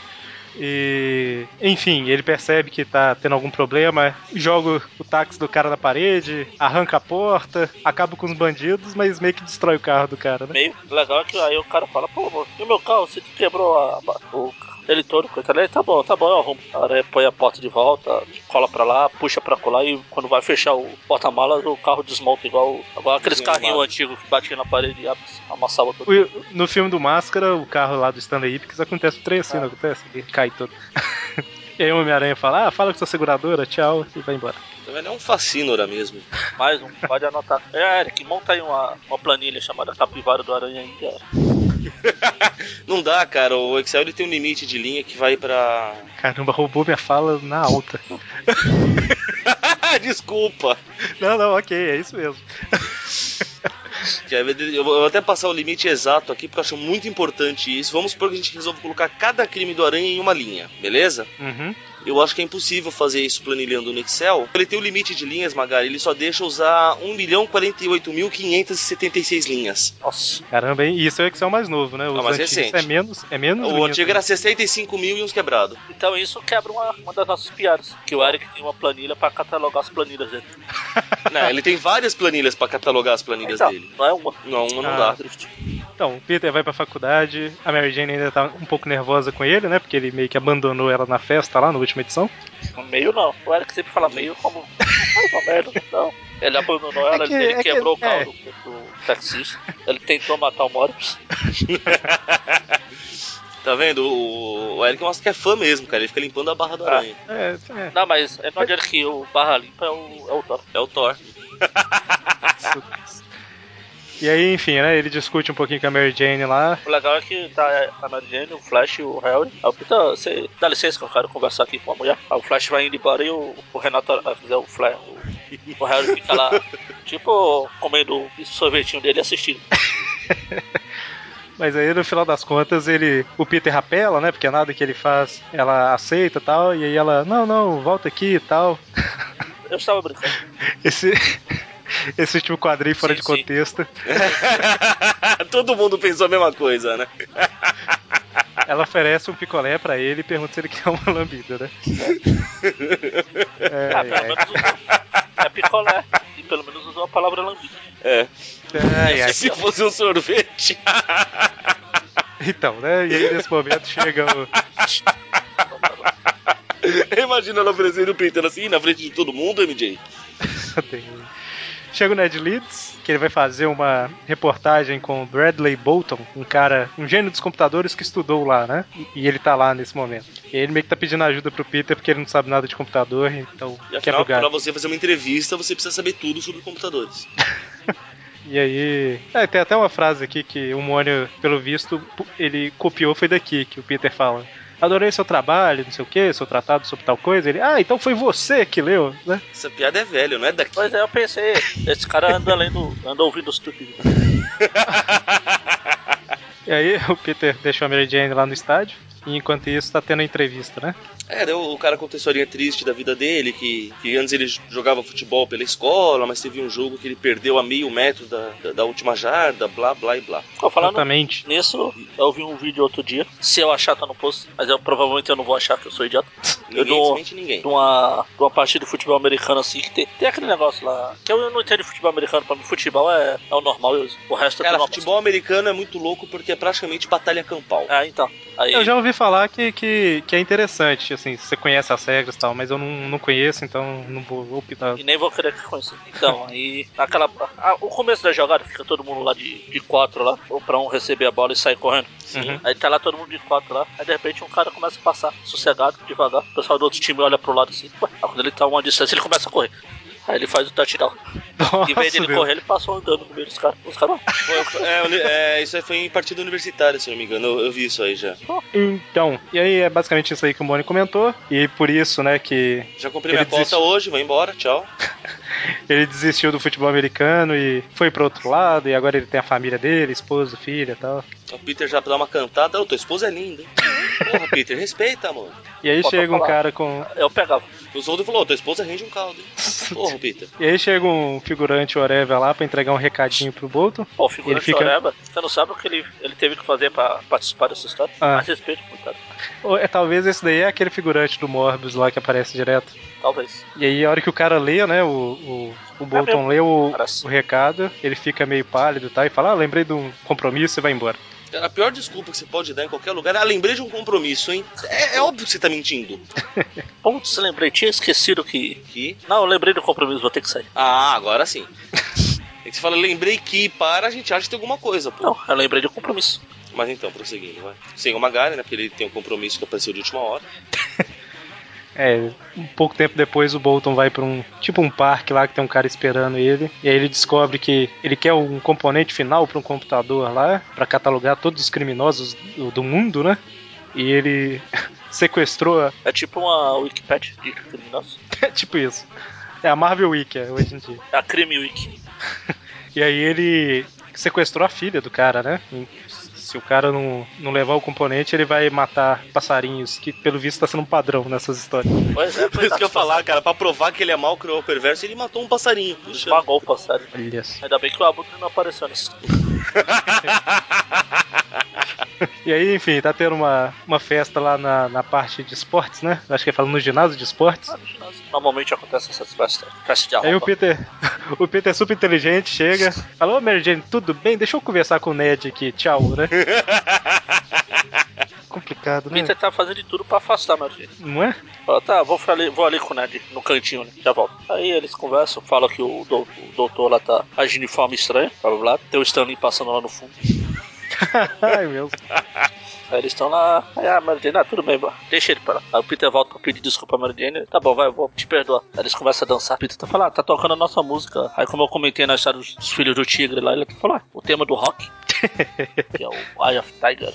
Speaker 1: E, enfim, ele percebe que tá tendo algum problema, joga o táxi do cara na parede, arranca a porta, acaba com os bandidos, mas meio que destrói o carro do cara, né?
Speaker 2: Meio legal é que aí o cara fala, pô, mano, e o meu carro, você quebrou a, a- o ele todo, coisa ali, tá bom, tá bom, eu arrumo. Aí põe a porta de volta, cola pra lá, puxa pra colar e quando vai fechar o porta-malas, o carro desmonta igual, igual aqueles
Speaker 3: Sim,
Speaker 2: carrinhos
Speaker 3: arrumado.
Speaker 2: antigos que batiam na parede e amass- amassava tudo.
Speaker 1: O- no filme do Máscara, o carro lá do Stanley Ipkiss acontece o trem assim, não acontece? Ele cai todo. e aí o Homem-Aranha fala, ah, fala com sua seguradora, tchau, e vai embora.
Speaker 3: Tá vendo? É um fascínora mesmo.
Speaker 2: Mais um, pode anotar. É, Eric, monta aí uma, uma planilha chamada Capivara do Aranha aí, já era.
Speaker 3: Não dá, cara. O Excel ele tem um limite de linha que vai pra.
Speaker 1: Caramba, roubou minha fala na alta.
Speaker 3: Desculpa.
Speaker 1: não, não, ok, é isso mesmo.
Speaker 3: Já, Eu vou até passar o limite exato aqui, porque eu acho muito importante isso. Vamos supor que a gente resolva colocar cada crime do Aranha em uma linha, beleza?
Speaker 1: Uhum.
Speaker 3: Eu acho que é impossível fazer isso planilhando no Excel. Ele tem o limite de linhas, Magari, ele só deixa usar 1.048.576 linhas.
Speaker 2: Nossa,
Speaker 1: Caramba, hein? E isso é o Excel mais novo, né? Os
Speaker 3: Ah, mais
Speaker 1: antigos
Speaker 3: recente.
Speaker 1: é menos, é menos
Speaker 3: O
Speaker 1: linha,
Speaker 3: antigo era 65 mil e uns quebrado.
Speaker 2: então isso quebra uma, uma das nossas piadas, que o Eric tem uma planilha pra catalogar as planilhas dele.
Speaker 3: Não, Né, ele tem várias planilhas pra catalogar as planilhas
Speaker 2: Então,
Speaker 3: dele.
Speaker 2: não é uma.
Speaker 3: Não, uma não
Speaker 1: Ah.
Speaker 3: dá.
Speaker 2: Drift.
Speaker 1: Então, o Peter vai pra faculdade, a Mary Jane ainda tá um pouco nervosa com ele, né? Porque ele meio que abandonou ela na festa lá na última edição.
Speaker 2: Meio não. O Eric sempre fala meio como. Mais ou menos, né?" não. Ele abandonou ela,
Speaker 1: É que-
Speaker 2: ele
Speaker 1: é que-
Speaker 2: quebrou o
Speaker 1: é.
Speaker 2: carro do, do taxista. Ele tentou matar o Morbius.
Speaker 3: Tá vendo? O, o Eric mostra que é fã mesmo, cara. Ele fica limpando a barra do
Speaker 2: Ah.
Speaker 3: aranha.
Speaker 1: É, é,
Speaker 2: Não, mas é não adianta que o Barra Limpa é o, é o Thor.
Speaker 3: É o Thor.
Speaker 1: isso. E aí, enfim, né? Ele discute um pouquinho com a Mary Jane lá.
Speaker 2: O legal é que tá a Mary Jane, o Flash e o Harry. Aí o Peter, você dá licença que eu quero conversar aqui com a mulher. Aí o Flash vai indo embora e o, o Renato, ah, quer dizer, o Flash, o, o Harry fica lá, tipo, comendo o sorvetinho dele e assistindo.
Speaker 1: Mas aí, no final das contas, ele. O Peter rapela, né? Porque nada que ele faz, ela aceita e tal. E aí ela, não, não, volta aqui e tal.
Speaker 2: Eu estava brincando.
Speaker 1: Esse. Esse último quadrinho fora
Speaker 2: Sim,
Speaker 1: de
Speaker 2: sim.
Speaker 1: contexto.
Speaker 3: Todo mundo pensou a mesma coisa, né?
Speaker 1: Ela oferece um picolé pra ele e pergunta se ele quer uma lambida, né?
Speaker 2: Ah, pelo
Speaker 1: É,
Speaker 2: menos usou. É picolé. E pelo menos usou a palavra lambida.
Speaker 3: É.
Speaker 1: é, é,
Speaker 3: Se fosse um sorvete.
Speaker 1: Então, né? E aí nesse momento chega o.
Speaker 3: Imagina ela oferecendo o Peter assim na frente de todo mundo, MJ.
Speaker 1: Chega o Ned Leeds, que ele vai fazer uma reportagem com o Bradley Bolton, um cara, um gênio dos computadores que estudou lá, né? E- E ele tá lá nesse momento. E ele meio que tá pedindo ajuda pro Peter porque ele não sabe nada de computador, então
Speaker 3: E
Speaker 1: quebra
Speaker 3: afinal,
Speaker 1: o galho.
Speaker 3: pra você fazer uma entrevista, você precisa saber tudo sobre computadores.
Speaker 1: E aí. É, tem até uma frase aqui que o Mônio, pelo visto, pu- ele copiou, foi daqui, que o Peter fala. Adorei seu trabalho, não sei o que, seu tratado sobre tal coisa. Ele, ah, então foi você que leu, né?
Speaker 3: Essa piada é velha, não é daqui.
Speaker 2: Pois é, eu pensei, esse cara anda lendo, anda ouvindo os tupidos.
Speaker 1: E aí o Peter deixou a Mary Jane lá no estádio, e enquanto isso tá tendo a entrevista, né?
Speaker 3: É, daí o cara conta a historinha triste da vida dele, que, que antes ele jogava futebol pela escola, mas teve um jogo que ele perdeu a meio metro da, da, da última jarda, blá, blá e blá.
Speaker 2: Tô falando
Speaker 1: Exatamente.
Speaker 2: nisso, eu vi um vídeo outro dia, se eu achar tá no post, mas eu provavelmente eu não vou achar que eu sou idiota,
Speaker 3: Ninguém
Speaker 2: dou-
Speaker 3: desmente ninguém.
Speaker 2: de uma, de uma partida de futebol americano assim, que tem, tem aquele negócio lá, que eu não entendo de futebol americano, pra mim futebol é, é o normal, eu, o resto é
Speaker 3: Cara,
Speaker 2: tudo
Speaker 3: futebol americano é muito louco porque é praticamente batalha campal.
Speaker 2: normal. Ah, então, aí...
Speaker 1: Eu já ouvi falar que, que, que é interessante, assim, você conhece as regras e tal, mas eu não, não conheço, então não vou opinar.
Speaker 2: E nem vou querer que conheça. Então, aí naquela. ah, o começo da jogada fica todo mundo lá de, de quatro lá, ou pra um receber a bola e sair correndo.
Speaker 1: Uhum.
Speaker 2: Aí tá lá todo mundo de quatro lá, aí de repente um cara começa a ah, passar, sossegado, devagar. O pessoal do outro time olha pro lado assim, ué, aí quando ele tá a uma distância, ele começa a correr. Aí ele faz o touchdown.
Speaker 1: Nossa,
Speaker 2: em vez dele
Speaker 1: Deus.
Speaker 2: correr, ele passou andando no meio dos caras. Os caras,
Speaker 3: Foi- é, uni- é, isso aí foi em partida universitária, se não me engano. Eu, eu vi isso aí já.
Speaker 1: Então, e aí é basicamente isso aí que o Mônio comentou. E por isso, né, que
Speaker 3: Já comprei
Speaker 1: Ele
Speaker 3: minha cota
Speaker 1: desistiu.
Speaker 3: hoje, vou embora, tchau.
Speaker 1: ele desistiu do futebol americano e foi pro outro lado. E agora ele tem a família dele, esposa, filha e tal.
Speaker 3: O Peter já dá uma cantada. Ô, tua esposa é linda, hein? Porra, Peter, respeita, mano.
Speaker 1: E aí
Speaker 2: Pode
Speaker 1: chega um
Speaker 2: falar.
Speaker 1: cara com.
Speaker 2: eu pegava.
Speaker 3: O Soldo falou, tua esposa rende um caldo, hein? Porra, Peter.
Speaker 1: E aí chega um figurante whatever lá pra entregar um recadinho pro Bolton.
Speaker 2: Ó, o figurante
Speaker 1: Ele
Speaker 2: ele
Speaker 1: fica-
Speaker 2: Você não sabe o que ele, ele teve que fazer pra participar dessa história?
Speaker 1: Ah.
Speaker 2: A respeito, coitado.
Speaker 1: Ou é talvez esse daí é aquele figurante do Morbius lá que aparece direto.
Speaker 2: Talvez.
Speaker 1: E aí a hora que o cara lê, né, o, o, o Bolton
Speaker 2: mesmo.
Speaker 1: lê o,
Speaker 2: Parece.
Speaker 1: o recado, ele fica meio pálido e tal, e fala, ah, lembrei de um compromisso e vai embora.
Speaker 3: Cara, a pior desculpa que você pode dar em qualquer lugar é, ah, lembrei de um compromisso, hein? É, é óbvio que você tá mentindo.
Speaker 2: Putz, lembrei. Tinha esquecido que...
Speaker 3: Que?
Speaker 2: Não, eu lembrei do compromisso. Vou ter que sair.
Speaker 3: Ah, agora sim. É que você fala, lembrei que para, a gente acha que tem alguma coisa, pô.
Speaker 2: Não, eu lembrei do compromisso.
Speaker 3: Mas então, prosseguindo, vai. Sem o Magari, né? Porque ele tem um compromisso que apareceu de última hora.
Speaker 1: É, um pouco tempo depois o Bolton vai pra um, tipo um parque lá que tem um cara esperando ele, e aí ele descobre que ele quer um componente final pra um computador lá, pra catalogar todos os criminosos do, do mundo, né? E ele sequestrou, a-
Speaker 2: É tipo uma Wikipedia de criminosos.
Speaker 1: é tipo isso. É a Marvel Wiki é, hoje em dia.
Speaker 2: É a Crime Wiki.
Speaker 1: E aí ele sequestrou a filha do cara, né? E Se o cara não, não levar o componente, ele vai matar passarinhos, que pelo visto tá sendo um padrão nessas histórias.
Speaker 2: Pois é,
Speaker 3: Por isso
Speaker 2: coitado.
Speaker 3: que eu ia falar, cara, pra provar que ele é mal, cruel, perverso, ele matou um passarinho. Puxa.
Speaker 2: Esmagou o passarinho.
Speaker 1: Olha só.
Speaker 2: Ainda bem que o Abutre não apareceu nesse.
Speaker 1: E aí, enfim, tá tendo uma, uma festa lá na, na parte de esportes, né? Acho que é falando no ginásio de esportes.
Speaker 2: Normalmente acontece essas festas. Festa de
Speaker 1: Aí o
Speaker 2: arroba.
Speaker 1: Peter, o Peter é super inteligente, chega, fala, ô Mary Jane, tudo bem? Deixa eu conversar com o Ned aqui, tchau, né? Complicado,
Speaker 2: O
Speaker 1: né?
Speaker 2: Peter tá fazendo de tudo pra afastar Mary Jane.
Speaker 1: Não é?
Speaker 2: Fala, tá, vou, ali, vou ali com o Ned, no cantinho, né? Já volto. Aí eles conversam, falam que o, do- o doutor lá tá agindo de forma estranha, blá blá blá. Tem o Stanley passando lá no fundo.
Speaker 1: Ai, meu.
Speaker 2: Aí eles estão lá, aí a Mary Jane, ah, tudo bem, bora. deixa ele pra lá. Aí o Peter volta pra pedir desculpa a Mary Jane, tá bom, vai, vou te perdoar. Aí eles começam a dançar, o Peter tá falando, ah, tá tocando a nossa música. Aí como eu comentei na história dos filhos do tigre lá, ele falou, ah, o tema do rock, que é o Eye of Tiger.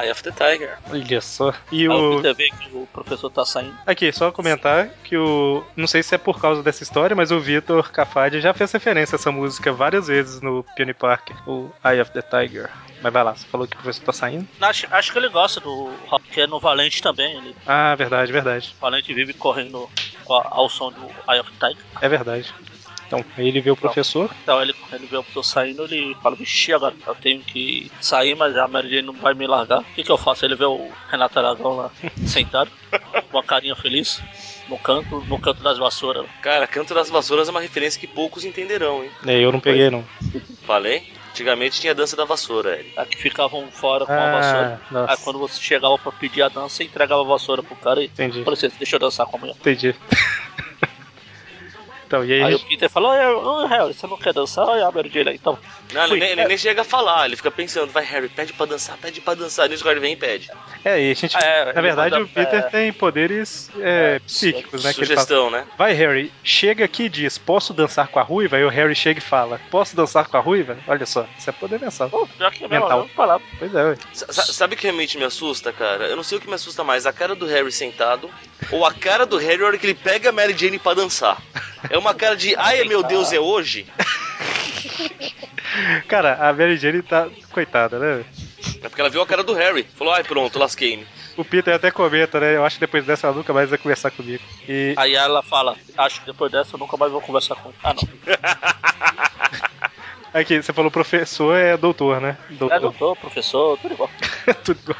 Speaker 3: Eye of the Tiger.
Speaker 1: Olha só. E
Speaker 2: Aí o
Speaker 1: o,
Speaker 2: Peter vê que o professor tá saindo.
Speaker 1: Aqui, só comentar que o. Não sei se é por causa dessa história, mas o Vitor Cafadi já fez referência a essa música várias vezes no Peony Park, o Eye of the Tiger. Mas vai lá, você falou que o professor tá saindo.
Speaker 2: Acho, acho que ele gosta do rock, que é no Valente também, ele
Speaker 1: Ah, verdade, verdade.
Speaker 2: Valente vive correndo com a- ao som do Eye of Tiger.
Speaker 1: É verdade. Então, aí ele vê o professor.
Speaker 2: Então ele, ele vê o pessoal saindo, ele fala, vixi, agora eu tenho que sair, mas a Mary Jane não vai me largar. O que, que eu faço? Ele vê o Renato Aragão lá sentado, com uma carinha feliz, no canto, no canto das vassouras.
Speaker 3: Cara, Canto das Vassouras é uma referência que poucos entenderão, hein?
Speaker 1: É, eu não peguei, não.
Speaker 3: Falei? Antigamente tinha dança da vassoura, Eric.
Speaker 2: Aqui ficavam fora com a
Speaker 1: Ah,
Speaker 2: vassoura. Aí
Speaker 1: nossa.
Speaker 2: quando você chegava pra pedir a dança, você entregava a vassoura pro cara e
Speaker 1: Entendi.
Speaker 2: com licença, deixa eu dançar com a mulher.
Speaker 1: Entendi. então, e aí.
Speaker 2: Aí o Peter falou, oh, Harry, você não quer dançar? Olha a Mary Jane aí, então.
Speaker 3: Não, ele,
Speaker 2: Fui.
Speaker 3: nem, ele nem chega a falar, ele fica pensando, vai Harry, pede pra dançar, pede pra dançar. Nisso o Harry vem e pede.
Speaker 1: É, e a gente.
Speaker 2: É, ele
Speaker 1: na verdade,
Speaker 2: manda-
Speaker 1: o Peter
Speaker 2: é.
Speaker 1: tem poderes é,
Speaker 2: É,
Speaker 1: psíquicos, né? Que ele fala,
Speaker 3: Sugestão, né?
Speaker 1: Vai, Harry, chega aqui e diz: Posso dançar com a ruiva? E o Harry chega e fala: Posso dançar com a ruiva? Olha só, isso é poder mensal.
Speaker 2: Pô, pior que é mesmo,
Speaker 1: Mental.
Speaker 2: eu vou falar.
Speaker 1: Pois é, ué.
Speaker 3: Sa- sa- Sabe o que realmente me assusta, cara? Eu não sei o que me assusta mais, a cara do Harry sentado ou a cara do Harry na hora que ele pega a Mary Jane pra dançar. É uma cara de, ai meu Deus, é hoje?
Speaker 1: Cara, a Mary Jane tá. Coitada, né?
Speaker 3: É porque ela viu a cara do Harry. Falou, ai pronto, lasquei-me.
Speaker 1: O Peter até comenta, né? Eu acho que depois dessa ela nunca mais vai conversar comigo. E.
Speaker 2: Aí ela fala, acho que depois dessa eu nunca mais vou conversar com ele. Ah, não.
Speaker 1: Aqui, você falou professor é doutor, né?
Speaker 2: É doutor, professor, tudo igual.
Speaker 1: Tudo igual.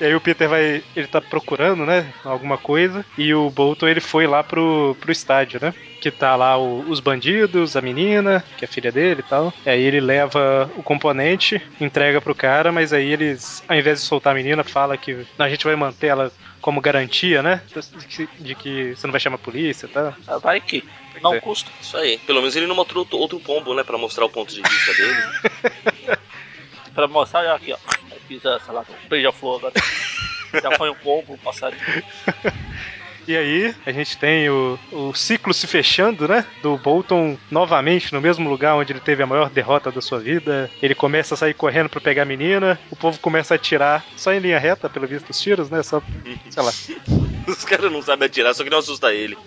Speaker 1: E aí o Peter vai. Ele tá procurando, né? Alguma coisa. E o Bolton ele foi lá pro, pro estádio, né? Que tá lá o- os bandidos, a menina, que é filha dele e tal. E aí ele leva o componente, entrega pro cara, mas aí eles, ao invés de soltar a menina, fala que a gente vai manter ela como garantia, né? De que, de que você não vai chamar a polícia e tal.
Speaker 2: Ah, Vai que não
Speaker 1: é.
Speaker 2: custa.
Speaker 3: Isso aí. Pelo menos ele não matou outro- outro pombo, né? Pra mostrar o ponto de vista dele.
Speaker 2: Pra mostrar, olha aqui, ó. Eu fiz, ah, sei lá, um beija-flor agora. Já foi um combo, um passarinho.
Speaker 1: E aí, a gente tem o, o ciclo se fechando, né? Do Bolton novamente no mesmo lugar onde ele teve a maior derrota da sua vida. Ele começa a sair correndo pra pegar a menina. O povo começa a atirar só em linha reta, pelo visto, os tiros, né? Só, sei lá.
Speaker 3: Os caras não sabem atirar, só que não assusta ele.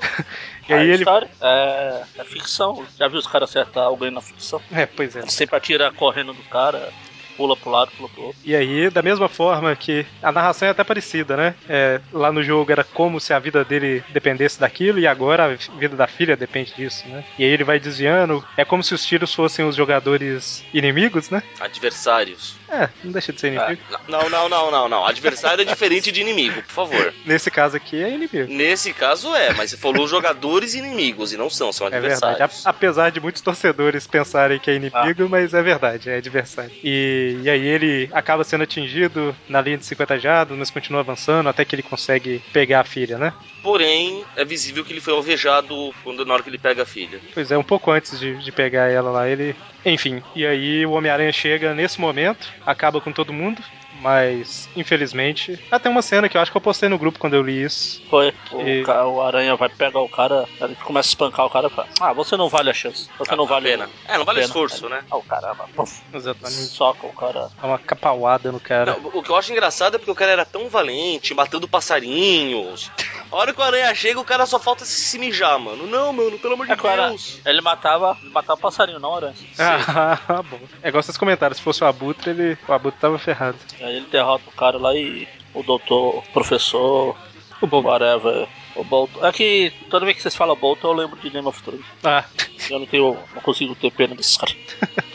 Speaker 1: E aí
Speaker 2: a
Speaker 1: ele.
Speaker 2: história é, é ficção. Já viu os caras acertar alguém na ficção?
Speaker 1: É, pois é.
Speaker 2: Ele sempre atira correndo do cara, pula pro lado, pula pro outro.
Speaker 1: E aí, da mesma forma que a narração é até parecida, né? É, lá no jogo era como se a vida dele dependesse daquilo, e agora a vida da filha depende disso, né? E aí ele vai desviando, é como se os tiros fossem os jogadores inimigos, né?
Speaker 3: Adversários.
Speaker 1: É, não deixa de ser inimigo.
Speaker 3: Não, não, não, não, não. Adversário é diferente de inimigo, por favor.
Speaker 1: Nesse caso aqui é inimigo.
Speaker 3: Nesse caso é, mas você falou jogadores inimigos, e não são, são
Speaker 1: É verdade.
Speaker 3: adversários.
Speaker 1: A- Apesar de muitos torcedores pensarem que é inimigo, mas é verdade, é adversário. E, e aí ele acaba sendo atingido na linha de 50 jardas, mas continua avançando até que ele consegue pegar a filha, né?
Speaker 3: Porém, é visível que ele foi alvejado quando, na hora que ele pega a filha.
Speaker 1: Pois é, um pouco antes de, de pegar ela lá, ele. Enfim, e aí o Homem-Aranha chega nesse momento, acaba com todo mundo, mas infelizmente. Ah, tem uma cena que eu acho que eu postei no grupo quando eu li isso.
Speaker 2: Foi. O,
Speaker 1: E-
Speaker 2: ca- o aranha vai pegar o cara, ele começa a espancar o cara e fala: Ah, você não vale a chance. Você Então não
Speaker 3: A
Speaker 2: vale um-
Speaker 3: pena. É, não vale
Speaker 2: pena."
Speaker 3: esforço, né?
Speaker 2: Ah, o caramba. Puf,
Speaker 1: Exatamente.
Speaker 2: soca o cara.
Speaker 1: Dá uma capauada no cara.
Speaker 3: Não, o que eu acho engraçado é porque o cara era tão valente, matando passarinhos. A hora que o aranha chega, o cara só falta se, se mijar, mano. Não, mano, pelo amor de
Speaker 2: É que o aranha-
Speaker 3: Deus.
Speaker 2: ele matava, ele matava o passarinho, não o aranha.
Speaker 1: Ah, bom. É igual vocês comentaram, se fosse o Abutre, ele... o Abutre tava ferrado.
Speaker 2: Aí ele derrota o cara lá e o doutor, o professor,
Speaker 1: O Bobo.
Speaker 2: whatever. O Bolton. É que toda vez que vocês falam Bolton, eu lembro de Game of Thrones.
Speaker 1: Ah,
Speaker 2: Eu não tenho. não consigo ter pena desses caras.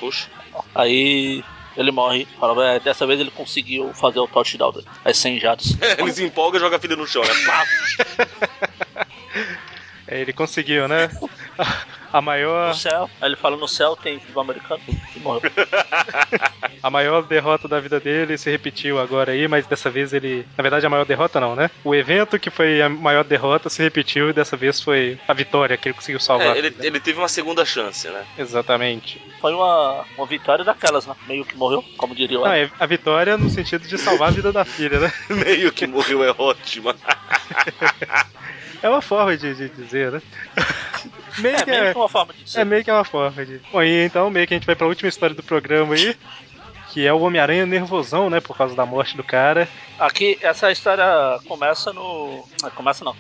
Speaker 3: Poxa.
Speaker 2: Aí ele morre. Fala, "É, dessa vez ele conseguiu fazer o touchdown dele. As 100 jardas.
Speaker 3: Ele se empolga e joga a filha no chão, né? Pá.
Speaker 1: é, ele conseguiu, né? A
Speaker 2: No
Speaker 1: maior,
Speaker 2: céu. Aí ele fala no céu tem futebol americano e morreu.
Speaker 1: a maior derrota da vida dele se repetiu agora aí, mas dessa vez ele. Na verdade, a maior derrota não, né? O evento que foi a maior derrota se repetiu e dessa vez foi a vitória que ele conseguiu salvar.
Speaker 3: É, ele, ele teve uma segunda chance, né?
Speaker 1: Exatamente.
Speaker 2: Foi uma, uma vitória daquelas, né? Meio que morreu, como diria o
Speaker 1: Não,
Speaker 2: Alan.
Speaker 1: é a vitória no sentido de salvar a vida da filha, né?
Speaker 3: Meio que morreu é ótima.
Speaker 1: É uma forma de, de dizer, né? Meio
Speaker 2: É,
Speaker 1: que
Speaker 2: meio
Speaker 1: é,
Speaker 2: que uma forma de
Speaker 1: É
Speaker 2: dizer.
Speaker 1: meio que é uma forma de. Bom, e então meio que a gente vai pra última história do programa aí. Que é o Homem-Aranha nervosão, né? Por causa da morte do cara.
Speaker 2: Aqui, essa história começa no. ah, Começa não.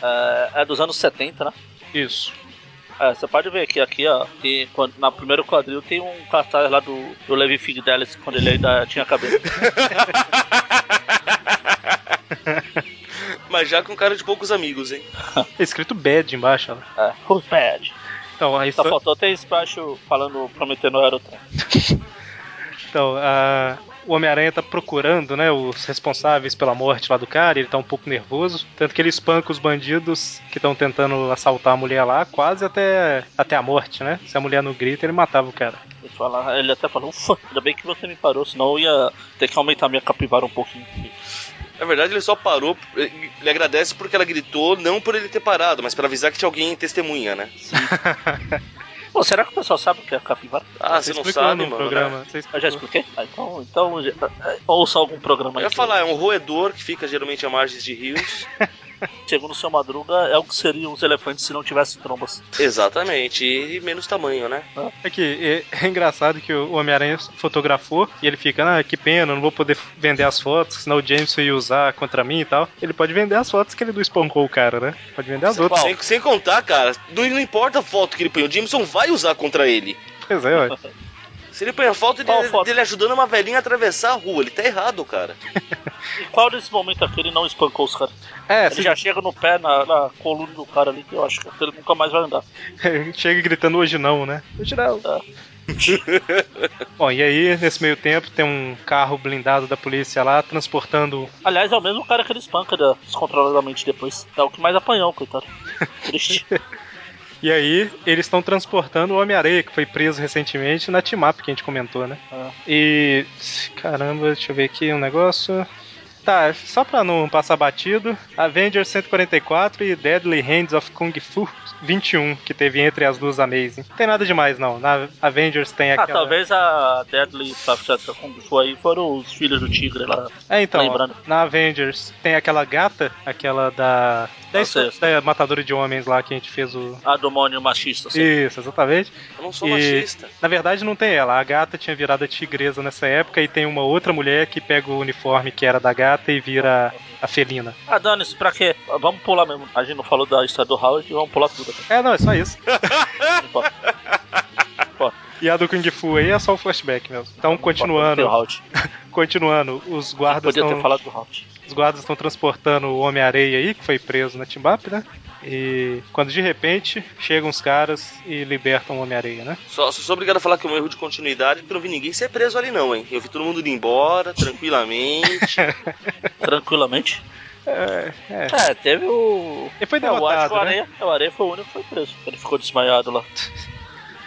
Speaker 2: É, é dos anos 70, né?
Speaker 1: Isso.
Speaker 2: É, você pode ver aqui, aqui ó, que quando, na primeiro quadril tem um cartaz lá do, do Levi Fidelis, quando ele ainda tinha cabelo.
Speaker 3: Mas já com cara de poucos amigos, hein?
Speaker 1: É escrito bad embaixo, ó.
Speaker 2: É, who's bad?
Speaker 1: Então, a
Speaker 2: Só
Speaker 3: Tá
Speaker 1: história.
Speaker 2: faltou ter espaço falando, prometendo o aerotrem.
Speaker 1: Então, a- o Homem-Aranha tá procurando, né, os responsáveis pela morte lá do cara, e ele tá um pouco nervoso. Tanto que ele espanca os bandidos que estão tentando assaltar a mulher lá, quase até, até a morte, né? Se a mulher não grita, ele matava o cara.
Speaker 2: Ele, fala, ele até falou, ufa, ainda bem que você me parou, senão eu ia ter que aumentar minha capivara um pouquinho.
Speaker 3: Na verdade, ele só parou. Ele ele agradece porque ela gritou, não por ele ter parado, mas para avisar que tinha alguém testemunha, né?
Speaker 2: Pô, será que o pessoal sabe o que é capivara?
Speaker 3: Ah,
Speaker 1: Você
Speaker 3: você não
Speaker 1: explicou
Speaker 3: sabe,
Speaker 1: no
Speaker 3: mano.
Speaker 1: Tá
Speaker 3: né?
Speaker 1: um programa. Você
Speaker 2: Eu já
Speaker 1: explicou.
Speaker 2: expliquei? Ah, então, então já- é, ouça algum programa
Speaker 3: Eu
Speaker 2: aí.
Speaker 3: ia falar, é um roedor que fica geralmente à margem de rios.
Speaker 2: Chegou no seu madruga, é o que seriam os elefantes se não tivesse trombas.
Speaker 3: Exatamente, e menos tamanho, né?
Speaker 1: É que é, é engraçado que o Homem-Aranha fotografou e ele fica, ah, que pena, não vou poder vender as fotos, senão o Jameson ia usar contra mim e tal. Ele pode vender as fotos que ele não espancou o cara, né? Pode vender as outras.
Speaker 3: Sem, sem contar, cara, não, não importa a foto que ele põe, o Jameson vai usar contra ele.
Speaker 1: Pois é, ué.
Speaker 3: Se ele põe a foto
Speaker 2: Qual
Speaker 3: dele,
Speaker 2: foto?
Speaker 3: dele ajudando uma velhinha a atravessar a rua, ele tá errado, cara.
Speaker 2: E qual desse momento aqui ele não espancou os caras?
Speaker 1: É,
Speaker 2: Ele
Speaker 1: você
Speaker 2: já chega no pé, na, na coluna do cara ali, que eu acho que ele nunca mais vai andar.
Speaker 1: chega gritando hoje não, né? Hoje não. Bom, e aí, nesse meio tempo, tem um carro blindado da polícia lá, transportando...
Speaker 2: Aliás, é o mesmo cara que ele espanca da- descontroladamente depois. É o que mais apanhou, coitado. Triste.
Speaker 1: E aí, eles estão transportando o Homem-Aranha, que foi preso recentemente na team-up que a gente comentou, né?
Speaker 2: Ah.
Speaker 1: E. Caramba, deixa eu ver aqui um negócio. Tá, só pra não passar batido, Avengers 144 e Deadly Hands of Kung Fu 21 que teve entre as duas Amazing. Não tem nada demais, não. Na Avengers tem
Speaker 2: Ah,
Speaker 1: É aquela...
Speaker 2: talvez a Deadly Patriarca Kung Fu aí foram os filhos do tigre lá.
Speaker 1: É, então,
Speaker 2: Tá Lembrando.
Speaker 1: na Avengers tem aquela gata, aquela da... Da,
Speaker 2: Ah,
Speaker 1: esco-
Speaker 2: sei.
Speaker 1: da matadora de homens lá que a gente fez o...
Speaker 2: A demônio machista, assim.
Speaker 1: Isso, exatamente.
Speaker 3: Eu não sou
Speaker 1: E-
Speaker 3: machista.
Speaker 1: Na verdade, não tem ela. A gata tinha virado a tigresa nessa época e tem uma outra mulher que pega o uniforme que era da gata e vira a felina.
Speaker 2: Ah, dane-se, pra quê? Vamos pular mesmo. A gente não falou da história do Howard, vamos pular tudo. cara.
Speaker 1: É, não, é só isso.
Speaker 2: Não importa.
Speaker 1: E a do Kung Fu aí é só o flashback mesmo. Então,
Speaker 2: Tem o
Speaker 1: continuando,
Speaker 2: Howard.
Speaker 1: continuando, os guardas
Speaker 2: Podia ter
Speaker 1: estão
Speaker 2: falado do Howard.
Speaker 1: os guardas estão transportando o Homem-Areia aí, que foi preso na Timbap, né? E quando de repente chegam os caras e libertam o Homem-Areia, né?
Speaker 3: Só, só sou obrigado a falar que é um erro de continuidade, porque eu não vi ninguém ser preso ali, não, hein? Eu vi todo mundo indo embora, tranquilamente.
Speaker 2: Tranquilamente.
Speaker 1: É, é.
Speaker 2: É, teve o.
Speaker 1: E foi
Speaker 2: É, eu acho que
Speaker 1: derrotado,
Speaker 2: o
Speaker 1: né? Tipo,
Speaker 2: Areia, o Areia foi o único que foi preso. Ele ficou desmaiado lá.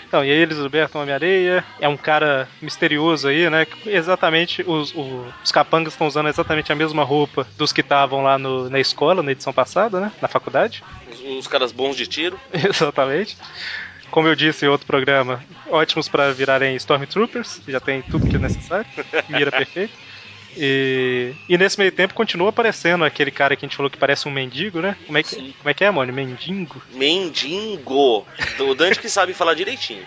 Speaker 1: Então, e aí eles libertam o Homem-Areia, é um cara misterioso aí, né? que Exatamente, os, o- os capangas estão usando exatamente a mesma roupa dos que estavam lá no- na escola, na edição passada, né? Na faculdade.
Speaker 3: uns, uns caras bons de tiro.
Speaker 1: exatamente. Como eu disse em outro programa, ótimos para virarem Stormtroopers, já tem tudo que é necessário, mira perfeita. E, e nesse meio tempo continua aparecendo aquele cara que a gente falou que parece um mendigo, né? Como é que,
Speaker 2: Sim.
Speaker 1: como é, que é, Mônio? Mendigo?
Speaker 3: Mendigo. O Dante que sabe falar direitinho.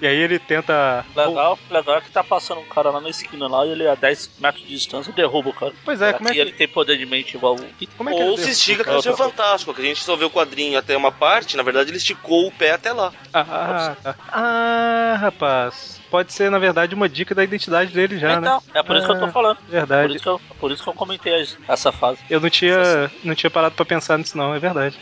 Speaker 1: E aí ele tenta.
Speaker 2: Legal, legal é que tá passando um cara lá na esquina lá e ele é a 10 metros de distância derruba o cara.
Speaker 1: Pois é,
Speaker 2: Será
Speaker 1: como é
Speaker 2: que
Speaker 1: que.
Speaker 2: ele tem poder de mente igual o Peter?
Speaker 1: Como é que
Speaker 3: Ou
Speaker 1: ele
Speaker 3: se
Speaker 1: deu-
Speaker 3: estica que é o
Speaker 2: tá-
Speaker 3: seu fantástico, que a gente só vê o quadrinho até uma parte, na verdade ele esticou o pé até lá.
Speaker 1: Ah, tá. Ah, rapaz. Pode ser, na verdade, uma dica da identidade dele já, né?
Speaker 2: Então, é por isso que eu
Speaker 1: Ah,
Speaker 2: tô falando. Por
Speaker 1: Verdade.
Speaker 2: isso que eu, por isso que eu comentei as- essa fase.
Speaker 1: Eu não tinha, não tinha parado pra pensar nisso, não, é verdade.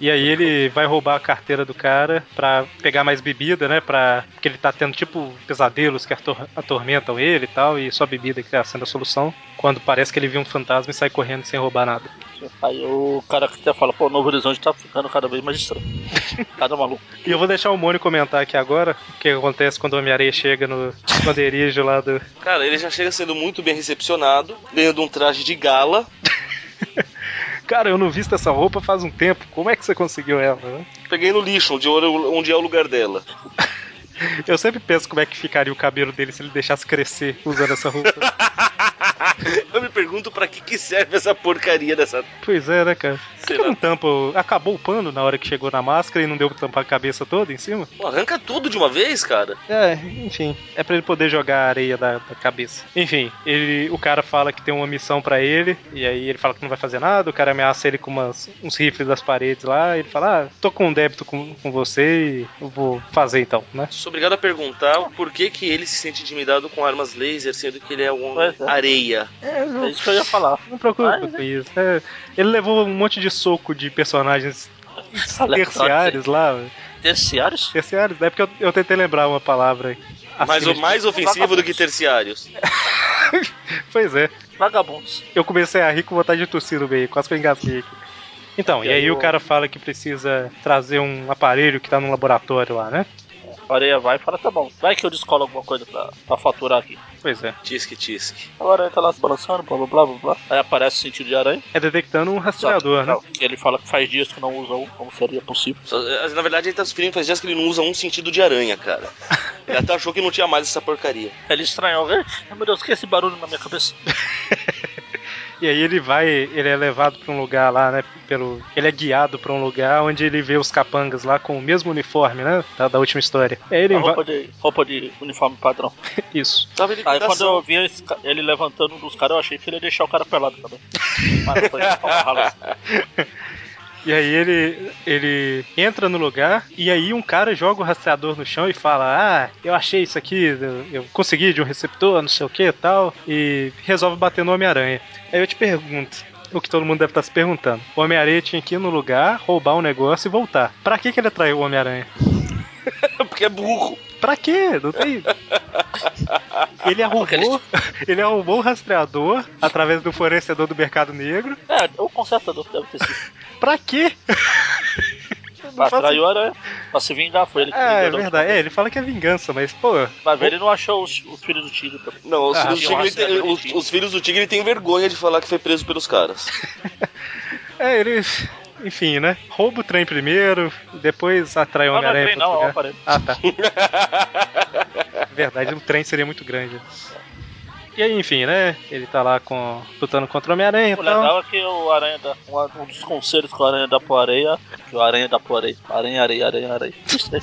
Speaker 1: E aí ele vai roubar a carteira do cara pra pegar mais bebida, né? Pra... Porque ele tá tendo, tipo, pesadelos que ator- atormentam ele e tal, e só bebida que tá sendo a solução. Quando parece que ele viu um fantasma e sai correndo sem roubar nada.
Speaker 2: Aí o cara que até fala, pô, Novo Horizonte tá ficando cada vez mais estranho. Cada maluco.
Speaker 1: E eu vou deixar o Mônio comentar aqui agora o que acontece quando o Homem-Areia chega no esconderijo lá do...
Speaker 3: Cara, ele já chega sendo muito bem recepcionado, ganhando um traje de gala.
Speaker 1: Cara, eu não visto essa roupa faz um tempo. Como é que você conseguiu ela, né?
Speaker 3: Peguei no lixo, onde, eu- onde é o lugar dela.
Speaker 1: Eu sempre penso como é que ficaria o cabelo dele se ele deixasse crescer usando essa roupa.
Speaker 3: Eu me pergunto pra que, que serve essa porcaria dessa.
Speaker 1: pois é, né, cara? Por
Speaker 3: Sei
Speaker 1: que
Speaker 3: lá.
Speaker 1: não tampa? o- Acabou o pano na hora que chegou na máscara e não deu pra tampar a cabeça toda em cima?
Speaker 3: Pô, arranca tudo de uma vez, cara.
Speaker 1: É, enfim. É pra ele poder jogar a areia da, da cabeça. Enfim, ele, o cara fala que tem uma missão pra ele, e aí ele fala que não vai fazer nada, o cara ameaça ele com umas- uns rifles das paredes lá, e ele fala, ah, tô com um débito com, com você e eu vou fazer então, né?
Speaker 3: Sou obrigado a perguntar por que, que ele se sente intimidado com armas laser, sendo que ele é um homem
Speaker 2: Pois é.
Speaker 3: areia.
Speaker 1: É,
Speaker 2: É isso que eu ia falar.
Speaker 1: Não preocupa
Speaker 2: Mas,
Speaker 1: com isso. É, ele levou um monte de soco de personagens terciários lá. velho.
Speaker 2: Terciários?
Speaker 1: Terciários, né? Porque eu, eu tentei lembrar uma palavra. assim,
Speaker 3: Mas
Speaker 1: acima
Speaker 3: o
Speaker 1: de-
Speaker 3: mais ofensivo do que terciários.
Speaker 1: Pois é.
Speaker 2: Vagabundos.
Speaker 1: Eu comecei a rir com vontade de tossir no meio, quase que eu engasguei aqui. Então, e aí o cara fala que precisa trazer um aparelho que tá num laboratório lá, né?
Speaker 2: A areia vai e fala, tá bom, vai que eu descolo alguma coisa pra, pra faturar aqui.
Speaker 1: Pois é.
Speaker 3: Tisque, tisque.
Speaker 2: Agora ele tá lá se balançando, blá blá blá blá blá. Aí aparece o sentido de aranha.
Speaker 1: É detectando um rastreador, né?
Speaker 2: Não, que Ele fala que faz dias que não usou, como seria possível.
Speaker 3: Só- Na verdade, ele tá sofrendo faz dias que ele não usa um sentido de aranha, cara. Ele até achou que não tinha mais essa porcaria.
Speaker 2: Ele estranhou alguém. Ai, Meu Deus, que é esse barulho na minha cabeça?
Speaker 1: E aí ele vai, ele é levado pra um lugar lá, né? Pelo, ele é guiado pra um lugar onde ele vê os capangas lá com o mesmo uniforme, né? Da, da última história. E aí ele
Speaker 2: A
Speaker 1: vai.
Speaker 2: roupa de, roupa de uniforme padrão.
Speaker 1: Isso.
Speaker 3: Tava ele
Speaker 2: Aí quando eu vi esse ca- ele levantando um dos caras, eu achei que ele ia deixar o cara pelado também. Mas não foi, um foi uma rala.
Speaker 1: E aí ele, ele entra no lugar e aí um cara joga o rastreador no chão e fala: Ah, eu achei isso aqui, eu- eu consegui de um receptor, não sei o que e tal, e resolve bater no Homem-Aranha. Aí eu te pergunto. O que todo mundo deve estar se perguntando. O Homem-Aranha tinha que ir no lugar, roubar um negócio e voltar. Pra que, que ele atraiu o Homem-Aranha?
Speaker 3: Porque é burro.
Speaker 1: Pra quê? Não tem. Ele arrumou, ele arrumou o rastreador através do fornecedor do mercado negro.
Speaker 2: É, o consertador deve ter sido.
Speaker 1: Pra quê? Não faço-
Speaker 2: Atraiu a aranha pra se vingar, foi ele que
Speaker 1: É, é
Speaker 2: vingou da última
Speaker 1: verdade. É, ele fala que é vingança, mas, pô,
Speaker 2: vez. Vai ver, ele não achou os, os filhos do tigre. também.
Speaker 3: Não, os,
Speaker 1: Ah,
Speaker 3: filhos, do
Speaker 2: eu acho
Speaker 3: tigre
Speaker 2: que é
Speaker 3: têm- os-
Speaker 2: bonitinho.
Speaker 3: os filhos do tigre têm vergonha de falar que foi preso pelos caras.
Speaker 1: é, ele. Enfim, né? Rouba o trem primeiro, depois atrai o
Speaker 2: Ah, não é
Speaker 1: Homem-Aranha.
Speaker 2: trem,
Speaker 1: pra
Speaker 2: não,
Speaker 1: outro
Speaker 2: é um
Speaker 1: lugar.
Speaker 2: aparelho.
Speaker 1: Ah, tá. Verdade, um trem seria muito grande. E aí, enfim, né? Ele tá lá com, lutando contra o Homem-Aranha
Speaker 2: O
Speaker 1: e tal.
Speaker 2: legal é que o Aranha dá. Um, um dos conselhos que o Aranha dá pro Areia. Que o Aranha dá pro Areia. Aranha, areia, aranha, areia.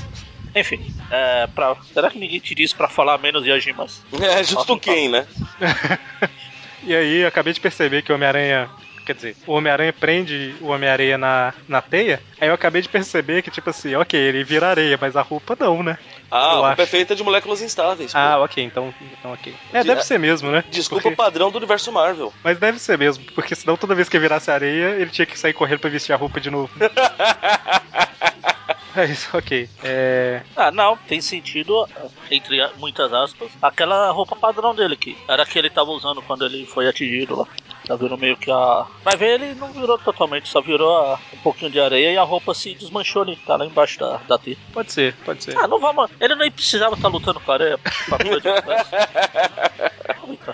Speaker 2: Enfim, é, pra, será que ninguém te disse pra falar menos e agir mais?
Speaker 3: É, justo
Speaker 2: Nossa,
Speaker 3: quem, né?
Speaker 1: E aí, eu acabei de perceber que o Homem-Aranha. Quer dizer, o Homem-Aranha prende o Homem-Aranha na, na teia. Aí eu acabei de perceber que, tipo assim, ok, ele vira areia, mas a roupa não, né?
Speaker 3: Ah,
Speaker 1: Eu
Speaker 3: o
Speaker 1: acho.
Speaker 3: perfeito é de moléculas instáveis. pô.
Speaker 1: Ah, ok, então, então ok. É, deve ser mesmo, né?
Speaker 3: Desculpa
Speaker 1: Porque-
Speaker 3: o padrão do universo Marvel.
Speaker 1: Mas deve ser mesmo, porque senão toda vez que virasse areia, ele tinha que sair correndo pra vestir a roupa de novo. É isso, ok. É.
Speaker 2: Ah, não, tem sentido, entre a- muitas aspas, aquela roupa padrão dele que era a que ele tava usando quando ele foi atingido lá. Já virou meio que a. Mas ver ele não virou totalmente, só virou a- um pouquinho de areia e a roupa se desmanchou ali, tá lá embaixo da, da T.
Speaker 1: Pode ser, pode ser.
Speaker 2: Ah, não vamos. Ele nem precisava estar lutando com a areia pra coisa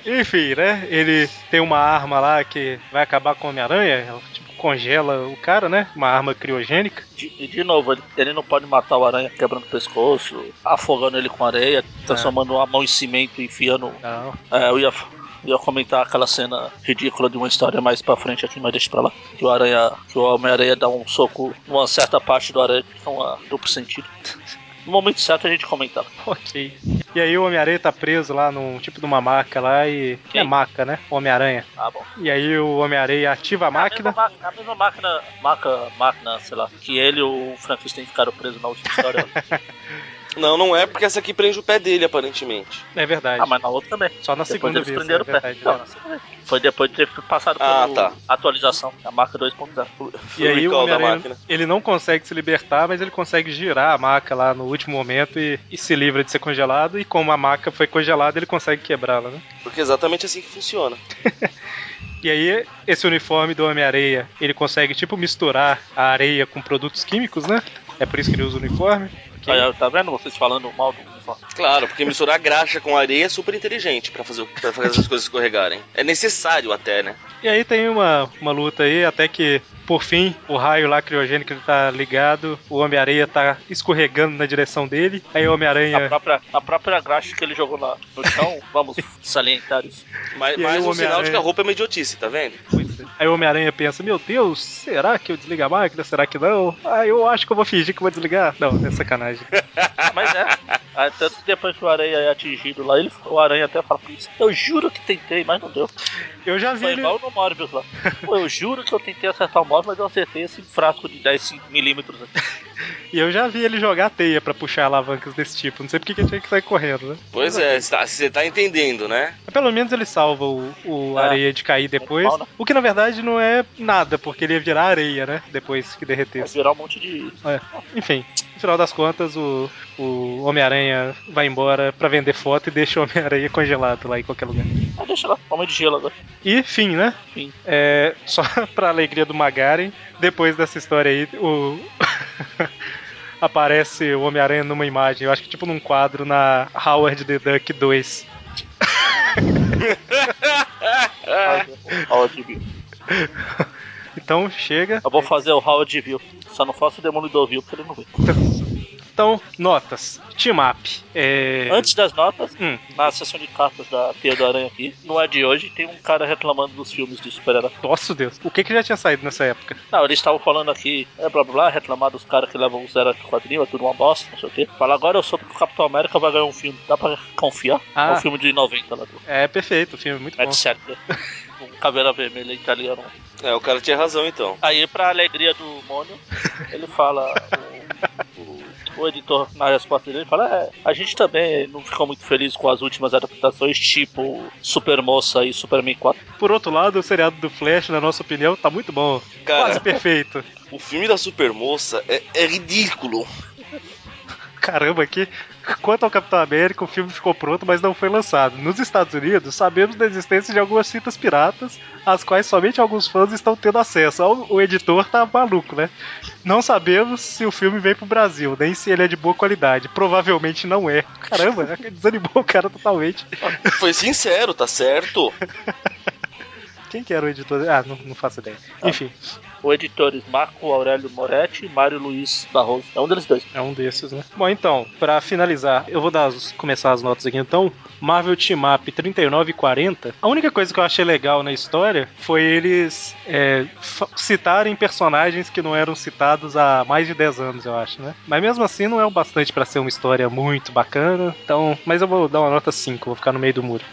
Speaker 2: de
Speaker 1: Enfim, né? Ele tem uma arma lá que vai acabar com o Homem-Aranha, ela tipo, congela o cara, né? Uma arma criogênica.
Speaker 2: de, de novo, ele, ele não pode matar o aranha quebrando o pescoço, afogando ele com areia, transformando a mão em cimento, e enfiando
Speaker 1: Não.
Speaker 2: É, eu ia, eu ia comentar aquela cena ridícula de uma história mais pra frente aqui, mas deixa pra lá. Que o aranha. Que o Homem-Aranha dá um soco numa certa parte do aranha que fica uma duplo sentido. No momento certo a gente comenta.
Speaker 1: Ok. E aí o Homem-Aranha tá preso lá num tipo de uma maca lá e.
Speaker 2: Quem?
Speaker 1: É maca, né? Homem-Aranha.
Speaker 2: Ah, bom.
Speaker 1: E aí o Homem-Aranha ativa a
Speaker 2: A mesma,
Speaker 1: máquina.
Speaker 2: ma- a mesma máquina, maca, máquina, sei lá, que ele e o Frankenstein ficaram presos na última história.
Speaker 3: Não, não é porque essa aqui prende o pé dele, aparentemente.
Speaker 1: É verdade.
Speaker 2: ah, mas na outra também.
Speaker 1: Só na
Speaker 2: Depois
Speaker 1: segunda
Speaker 2: eles
Speaker 1: vez.
Speaker 2: prenderam
Speaker 1: é
Speaker 2: o pé.
Speaker 1: verdade,
Speaker 2: Não,
Speaker 1: né?
Speaker 2: na segunda vez. Foi depois de ter passado por
Speaker 3: Ah, tá.
Speaker 2: atualização, a marca 2.0.
Speaker 1: E aí o
Speaker 3: recall da
Speaker 1: Homem-Aranha,
Speaker 3: máquina.
Speaker 1: ele não consegue se libertar, mas ele consegue girar a maca lá no último momento e, e se livra de ser congelado. E como a maca foi congelada, ele consegue quebrá-la, né?
Speaker 3: Porque é exatamente assim que funciona.
Speaker 1: E aí, esse uniforme do Homem-Areia, ele consegue, tipo, misturar a areia com produtos químicos, né? É por isso que ele usa o uniforme. Ok.
Speaker 2: Aí, Tá vendo vocês falando mal do uniforme?
Speaker 3: Claro, porque misturar graxa com areia é super inteligente pra fazer, o- pra fazer as coisas escorregarem. É necessário até, né?
Speaker 1: E aí tem uma, uma luta aí, até que, por fim, o raio lá criogênico ele tá ligado, o Homem-Areia tá escorregando na direção dele, aí o
Speaker 2: A
Speaker 1: Homem-Aranha...
Speaker 2: própria, a própria graxa que ele jogou lá no chão, vamos salientar isso.
Speaker 3: Mas,
Speaker 1: E aí
Speaker 3: mais
Speaker 1: o
Speaker 3: um sinal
Speaker 1: Homem-Aranha-
Speaker 3: de que a roupa é uma idiotice, tá vendo?
Speaker 1: Aí o Homem-Aranha pensa, meu Deus, será que eu desligo a máquina? Será que não? Ah, eu acho que eu vou fingir que vou desligar. Não, é sacanagem.
Speaker 2: Mas é. Aí, tanto que depois que o aranha é atingido lá, ele, o aranha até fala: "Putz, Eu juro que tentei, mas não deu.
Speaker 1: Eu já vi
Speaker 2: Foi
Speaker 1: ele...
Speaker 2: igual no Morbius lá. Pô, eu juro que eu tentei acertar o Morbius, mas eu acertei esse frasco de 10 milímetros aqui.
Speaker 1: E eu já vi ele jogar teia pra puxar alavancas desse tipo. Não sei porque que ele tinha que sair correndo, né?
Speaker 3: Pois é, você tá, cê tá entendendo, né?
Speaker 1: Mas Pelo menos ele salva o, o
Speaker 2: É.
Speaker 1: areia de cair depois.
Speaker 2: Normal, né?
Speaker 1: O que na verdade não é nada, porque ele ia virar areia, né? Depois que
Speaker 2: Vai
Speaker 1: derretesse.
Speaker 2: virar um monte de.
Speaker 1: É. Enfim, no final das contas, o, o Homem-Aranha vai embora pra vender foto e deixa o Homem-Aranha congelado lá em qualquer lugar.
Speaker 2: Ah, deixa lá, homem de gelo agora.
Speaker 1: E fim, né?
Speaker 2: Fim.
Speaker 1: É, só pra alegria do Magaren, depois dessa história aí, o. Aparece o Homem-Aranha numa imagem, eu acho que tipo num quadro na Howard the Duck 2.
Speaker 2: Ah, Howard View.
Speaker 1: Então chega.
Speaker 2: Eu vou fazer o Howard View. Só não faço o Demolidor View, porque ele não vê.
Speaker 1: Hum. Então, notas. Team up. É...
Speaker 2: Antes das notas,
Speaker 1: Hum,
Speaker 2: na sessão de cartas da Teia do Aranha aqui, não é de hoje, tem um cara reclamando dos filmes de super-herói.
Speaker 1: nossa Deus. O que que já tinha saído nessa época?
Speaker 2: Não, eles estavam falando aqui, é blá blá blá, reclamar dos caras que levam o zero aqui quadrinho, é tudo uma bosta, não sei o quê. Fala, agora eu soube que o Capitão América vai ganhar um filme, dá pra confiar?
Speaker 1: Ah.
Speaker 2: É um filme de 90 lá do
Speaker 1: É perfeito, o filme é muito bom.
Speaker 2: Ed Scepter. Um caveira vermelha italiano.
Speaker 3: É, o cara tinha razão então.
Speaker 2: Aí, pra alegria do Mônio, ele fala. o- O, o editor, na resposta dele, ele fala: é, a gente também não ficou muito feliz com as últimas adaptações, tipo Super Moça e Superman 4.
Speaker 1: Por outro lado, o seriado do Flash, na nossa opinião, tá muito bom. Quase
Speaker 3: Cara,
Speaker 1: perfeito.
Speaker 3: o filme da Supermoça é, é ridículo.
Speaker 1: Caramba, aqui. Quanto ao Capitão América, o filme ficou pronto, mas não foi lançado. Nos Estados Unidos, sabemos da existência de algumas cintas piratas, às quais somente alguns fãs estão tendo acesso. Ó, O editor tá maluco, né? Não sabemos se o filme veio pro Brasil, nem se ele é de boa qualidade. Provavelmente não é. Caramba, desanimou o cara totalmente.
Speaker 3: Foi sincero, tá certo?
Speaker 1: Quem que era o editor? Ah, não, não faço ideia. Enfim,
Speaker 2: O editores Marco Aurélio Moretti e Mário Luiz Barroso. É um deles dois.
Speaker 1: é um desses, né? Bom, então, pra finalizar, eu vou dar as- começar as notas aqui então. Marvel Team Up 39 e 40. A única coisa que eu achei legal na história foi eles é, fa- citarem personagens que não eram citados há mais de 10 anos, eu acho, né? Mas mesmo assim não é o bastante pra ser uma história muito bacana. Então, mas eu vou dar uma nota 5, vou ficar no meio do muro.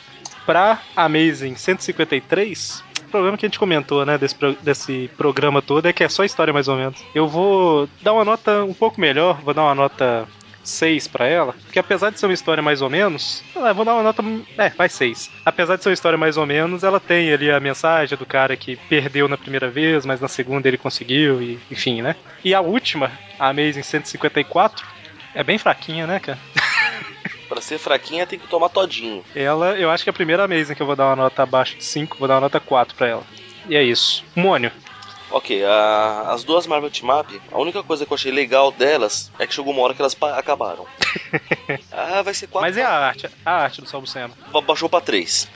Speaker 1: pra Amazing 153. O problema que a gente comentou, né, desse, pro- desse programa todo é que é só história mais ou menos. Eu vou dar uma nota um pouco melhor, vou dar uma nota 6 pra ela, porque apesar de ser uma história mais ou menos, ah, eu vou dar uma nota, é, vai 6. Apesar de ser uma história mais ou menos, ela tem ali a mensagem do cara que perdeu na primeira vez, mas na segunda ele conseguiu e enfim, né? E a última, a Amazing 154, é bem fraquinha, né, cara?
Speaker 3: Pra ser fraquinha tem que tomar todinho.
Speaker 1: Ela, eu acho que é a primeira Amazing que eu vou dar uma nota abaixo de 5, vou dar uma nota 4 pra ela. E é isso. Mônio.
Speaker 3: Ok, a- as duas Marvel Team Up, a única coisa que eu achei legal delas é que chegou uma hora que elas pa- acabaram. ah, vai ser quatro.
Speaker 1: Mas é a arte, a arte do Sal Buscema.
Speaker 3: Ba- Baixou pra três.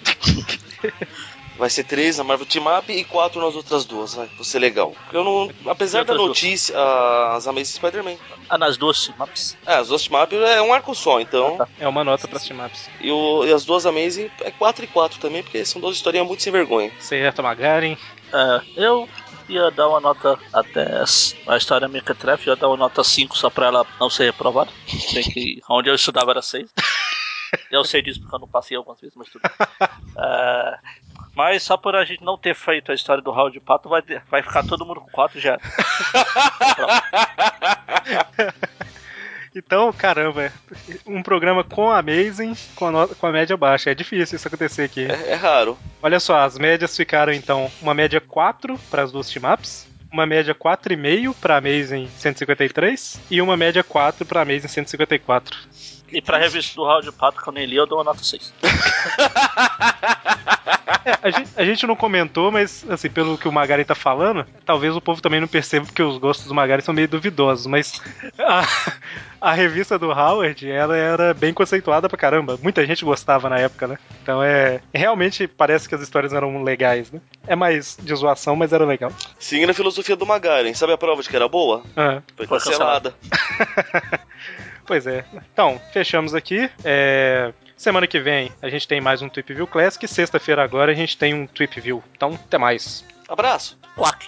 Speaker 3: Vai ser três na Marvel Team Up e quatro nas outras duas, vai Vai ser legal. Porque eu não. Apesar
Speaker 2: E
Speaker 3: da
Speaker 2: outras duas?
Speaker 3: notícia, a- as Amazing Spider-Man.
Speaker 2: Ah, nas duas maps.
Speaker 3: É, as duas Team Up é um arco só, então.
Speaker 1: É uma nota pra Timaps.
Speaker 3: E, o- e as duas Amazing é 4 e 4 também, porque são duas historinhas muito sem vergonha.
Speaker 1: Certo, Magaren.
Speaker 2: É, eu ia dar uma nota a 10. A história Mequetrefe ia dar uma nota 5 só pra ela não ser reprovada. Bem que onde eu estudava era 6. Eu sei disso porque eu não passei algumas vezes, mas tudo bem. É, mas só por a gente não ter feito a história do Raul de Pato, vai, ter- vai ficar todo mundo com 4 já.
Speaker 1: Então, caramba, é um programa com a Amazing, com a, nota- com a média baixa. É difícil isso acontecer aqui.
Speaker 3: É, é raro.
Speaker 1: Olha só, as médias ficaram então uma média 4 para as duas Timaps. Uma média 4,5 para Amazing 153 e uma média 4 para Amazing 154.
Speaker 2: E pra revista do Raul de Pato, que eu nem li, eu dou uma nota 6.
Speaker 1: A gente, a gente não comentou, mas, assim, pelo que o Magari tá falando, talvez o povo também não perceba, porque os gostos do Magari são meio duvidosos, mas a, a revista do Howard, ela era bem conceituada pra caramba. Muita gente gostava na época, né? Então é. Realmente parece que as histórias eram legais, né? É mais de zoação, mas era legal.
Speaker 3: Seguindo a filosofia do Magaren, sabe a prova de que era boa?
Speaker 1: Ah.
Speaker 3: Foi
Speaker 2: Foi
Speaker 3: cancelada.
Speaker 1: Pois é. Então, fechamos aqui. É, Semana que vem a gente tem mais um Tweep View Classic. e Sexta-feira agora a gente tem um Tweep View. Então, até mais.
Speaker 3: Abraço.
Speaker 2: Quack.